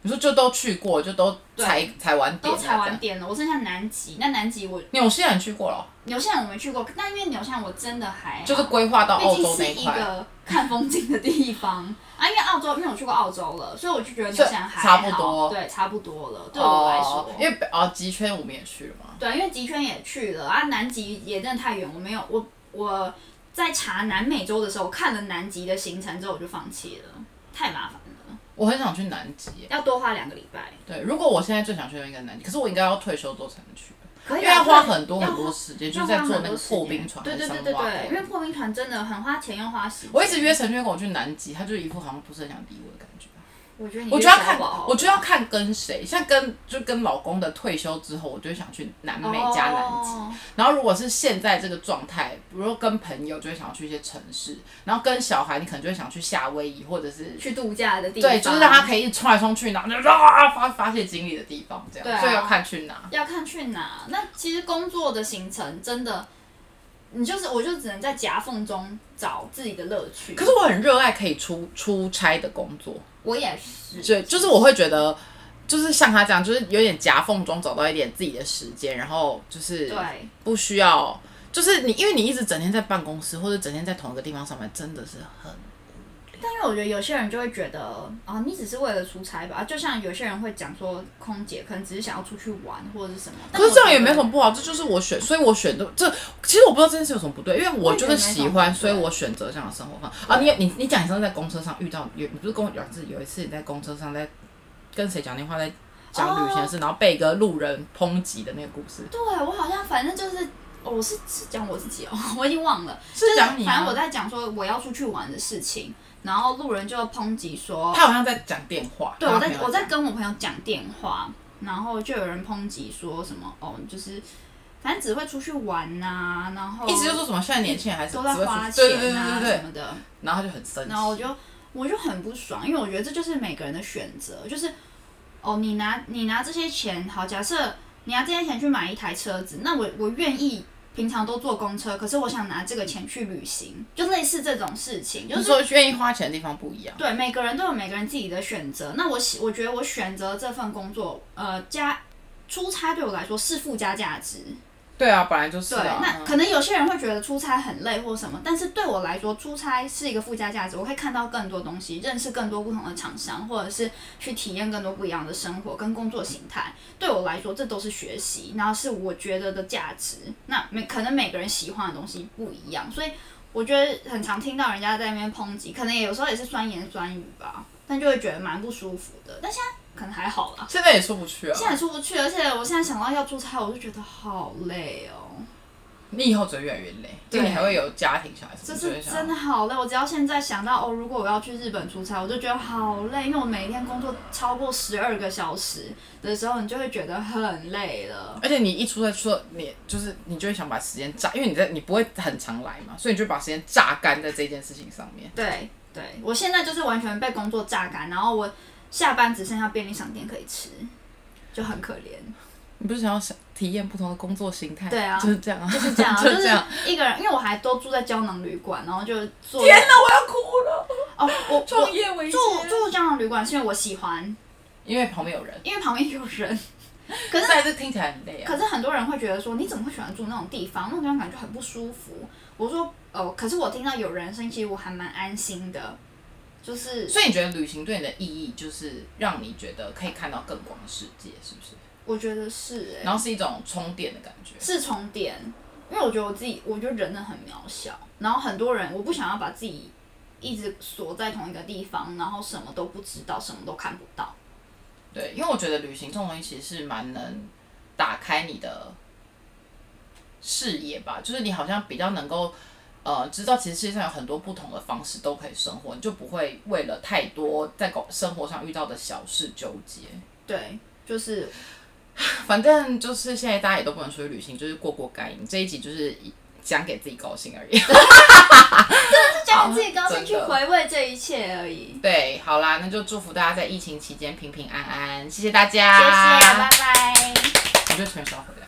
Speaker 1: 你说就都去过，就都
Speaker 2: 对
Speaker 1: 踩踩完点
Speaker 2: 都
Speaker 1: 了
Speaker 2: 踩
Speaker 1: 这
Speaker 2: 完
Speaker 1: 样。
Speaker 2: 点了。我剩下南极，那南极我
Speaker 1: 纽西兰去过了，
Speaker 2: 纽西兰我没去过，但因为纽西兰我真的还好
Speaker 1: 就是规划到
Speaker 2: 毕
Speaker 1: 澳
Speaker 2: 竟
Speaker 1: 洲那
Speaker 2: 是一
Speaker 1: 块，
Speaker 2: 个看风景的地方啊。因为澳洲，因为我去过澳洲了，所以我就觉得纽西兰还
Speaker 1: [LAUGHS] 所以差
Speaker 2: 好
Speaker 1: 不多
Speaker 2: 对，差不多了，对我来说。
Speaker 1: 哦，因为北哦极圈我们也去了嘛。
Speaker 2: 对，因为极圈也去了啊，南极也真的太远，我没有我我在查南美洲的时候，我看了南极的行程之后，我就放弃了，太麻烦了，
Speaker 1: 我很想去南极耶。
Speaker 2: 要多花两个礼拜。
Speaker 1: 对，如果我现在最想去的应该是南极，可是我应该要退休之后才能去，
Speaker 2: 可
Speaker 1: 因
Speaker 2: 以
Speaker 1: 为
Speaker 2: 啊
Speaker 1: 要
Speaker 2: 对
Speaker 1: 花很多
Speaker 2: 要
Speaker 1: 很多
Speaker 2: 花
Speaker 1: 时间，就
Speaker 2: 要
Speaker 1: 是在
Speaker 2: 花
Speaker 1: 做
Speaker 2: 很
Speaker 1: 那
Speaker 2: 多
Speaker 1: 个
Speaker 2: 时
Speaker 1: 破
Speaker 2: 间
Speaker 1: 冰船
Speaker 2: 对
Speaker 1: 还
Speaker 2: 对
Speaker 1: 是
Speaker 2: 对
Speaker 1: 什
Speaker 2: 对
Speaker 1: 么挖
Speaker 2: 对，因为
Speaker 1: 沟。
Speaker 2: 破冰船真的很花钱又花时间。
Speaker 1: 我一直约陈轩跟我去南极，他就一副好像不是很想理我的感觉。
Speaker 2: 我觉得你
Speaker 1: 我觉得要
Speaker 2: 约
Speaker 1: 看
Speaker 2: 小宝，
Speaker 1: 我觉得要看跟谁，像跟就跟老公的退休之后，我就会想去南美加南极。
Speaker 2: 哦
Speaker 1: 然后如果是现在这个状态，比如说跟朋友就会想要去一些城市，然后跟小孩你可能就会想去夏威夷或者是
Speaker 2: 去度假的地方，
Speaker 1: 对，就是让他可以一直冲来冲去，然后就啊发发泄精力的地方，这样，
Speaker 2: 对啊
Speaker 1: 所以要看去哪。
Speaker 2: 要看去哪。那其实工作的行程真的，你就是我就只能在夹缝中找自己的乐趣。
Speaker 1: 可是我很热爱可以出出差的工作，
Speaker 2: 我也是，
Speaker 1: 对，就是我会觉得，就是像他这样，就是有点夹缝中找到一点自己的时间，然后就是
Speaker 2: 对，
Speaker 1: 不需要，就是你因为你一直整天在办公室或者整天在同一个地方上班，真的是很
Speaker 2: 但因为我觉得有些人就会觉得啊，你只是为了出差吧，啊就像有些人会讲说，空姐可能只是想要出去玩或者是什么。
Speaker 1: 可是这样也没什
Speaker 2: 么。
Speaker 1: 么不好，这就是我选，所以我选的这，其实我不知道这件事有什么不对，因为我就是喜
Speaker 2: 我也觉得没什么
Speaker 1: 欢，
Speaker 2: 不对
Speaker 1: 所以我选择这样的生活方式啊。你你你讲你上次在公车上遇到，有你不是跟我讲是有一次你在公车上在跟谁讲电话，在讲旅行的事，然后被一个路人抨击的那个故事，
Speaker 2: 对我好像反正就是，哦我是是讲我自己哦， [LAUGHS] 我已经忘了，
Speaker 1: 是讲你
Speaker 2: 就是反正我
Speaker 1: 啊？
Speaker 2: 在讲说我要出去玩的事情，然后路人就抨击说，
Speaker 1: 他好像在讲电话，
Speaker 2: 对
Speaker 1: 然
Speaker 2: 我
Speaker 1: 后
Speaker 2: 在
Speaker 1: 没有
Speaker 2: 我在
Speaker 1: 讲
Speaker 2: 跟我朋友讲电话，然后就有人抨击说什么哦，就是反正只会出去玩呐、然后
Speaker 1: 一直就说什么现在年轻人还是只
Speaker 2: 哦都
Speaker 1: 会出
Speaker 2: 在花
Speaker 1: 对对对
Speaker 2: 钱啊
Speaker 1: 对对
Speaker 2: 什
Speaker 1: 对，
Speaker 2: 么的，
Speaker 1: 然后他就很生气，
Speaker 2: 然后我就我就很不爽，因为我觉得这就是每个人的选择，就是哦，你拿你拿这些钱，好，假设你拿这些钱去买一台车子，那我我愿意平常都坐公车，可是我想拿这个钱去旅行，就类似这种事情，就
Speaker 1: 就是
Speaker 2: 是
Speaker 1: 说愿意花钱的地方不一样，
Speaker 2: 对，每个人都有每个人自己的选择。那我喜，我觉得我选择这份工作，呃，加出差对我来说是附加价值。
Speaker 1: 对啊，本来就是
Speaker 2: 对，
Speaker 1: 啊，
Speaker 2: 那可能有些人会觉得出差很累或什么，但是对我来说，出差是一个附加价值，我可以看到更多东西，认识更多不同的厂商，或者是去体验更多不一样的生活跟工作形态。对我来说，这都是学习，然后是我觉得的价值。那每可能每个人喜欢的东西不一样，所以我觉得很常听到人家在那边抨击，可能也有时候也是酸言酸语吧，但就会觉得蛮不舒服的。但现在可能还好啦，
Speaker 1: 现在也出不去啊，
Speaker 2: 现在也出不去，而且我现在想到要出差，我就觉得好累哦。
Speaker 1: 你以后只会越来越累，
Speaker 2: 对
Speaker 1: 因为你还会有家庭小孩什
Speaker 2: 这
Speaker 1: 么，就会
Speaker 2: 是
Speaker 1: 想
Speaker 2: 真的好累，我只要现在想到哦，如果我要去日本出差，我就觉得好累，因为我每天工作超过十二个小时的时候，你就会觉得很累了。
Speaker 1: 而且你一出来说，你就是你就会想把时间榨，因为你在你不会很常来嘛，所以你就把时间榨干在这件事情上面。
Speaker 2: 对对，我现在就是完全被工作榨干，然后我下班只剩下便利商店可以吃，就很可怜。
Speaker 1: 你不是想要想体验不同的工作形态？
Speaker 2: 对啊
Speaker 1: 就是这样啊，
Speaker 2: 就是这样啊，
Speaker 1: 就
Speaker 2: 就是
Speaker 1: 这
Speaker 2: 是
Speaker 1: 样。
Speaker 2: 一个人，因为我还都住在胶囊旅馆，然后就
Speaker 1: [LAUGHS]
Speaker 2: 做
Speaker 1: 天哪，我要哭了！
Speaker 2: 哦，我我
Speaker 1: 创业危机，
Speaker 2: 住住胶囊旅馆是因为我喜欢，
Speaker 1: 因为旁边有人，
Speaker 2: 因为旁边有人。可是
Speaker 1: 但是听起来很累啊。
Speaker 2: 可是很多人会觉得说，你怎么会喜欢住那种地方？那种地方感觉很不舒服。我说，哦，可是我听到有人声音，其实我还蛮安心的，就是
Speaker 1: 所以你觉得旅行对你的意义就是让你觉得可以看到更广的世界，是不是？
Speaker 2: 我觉得是哎、
Speaker 1: 然后是一种充电的感觉。
Speaker 2: 是重叠，因为我觉得我自己，我觉得人真的很渺小，然后很多人我不想要把自己一直锁在同一个地方，然后什么都不知道，什么都看不到。
Speaker 1: 对，因为我觉得旅行这种东西其实是蛮能打开你的视野吧，就是你好像比较能够呃知道，其实世界上有很多不同的方式都可以生活，你就不会为了太多在狗生活上遇到的小事纠结。
Speaker 2: 对，就是
Speaker 1: 反正就是现在大家也都不能出去旅行，就是过过该瘾。这一集就是以讲给自己高兴而已。 [LAUGHS]
Speaker 2: 是讲自己高兴去
Speaker 1: 真的
Speaker 2: 回味这一切而已。
Speaker 1: 对，好啦，那就祝福大家在疫情期间平平安安，谢谢大家。
Speaker 2: 谢谢，拜拜。
Speaker 1: 我觉得全少回来。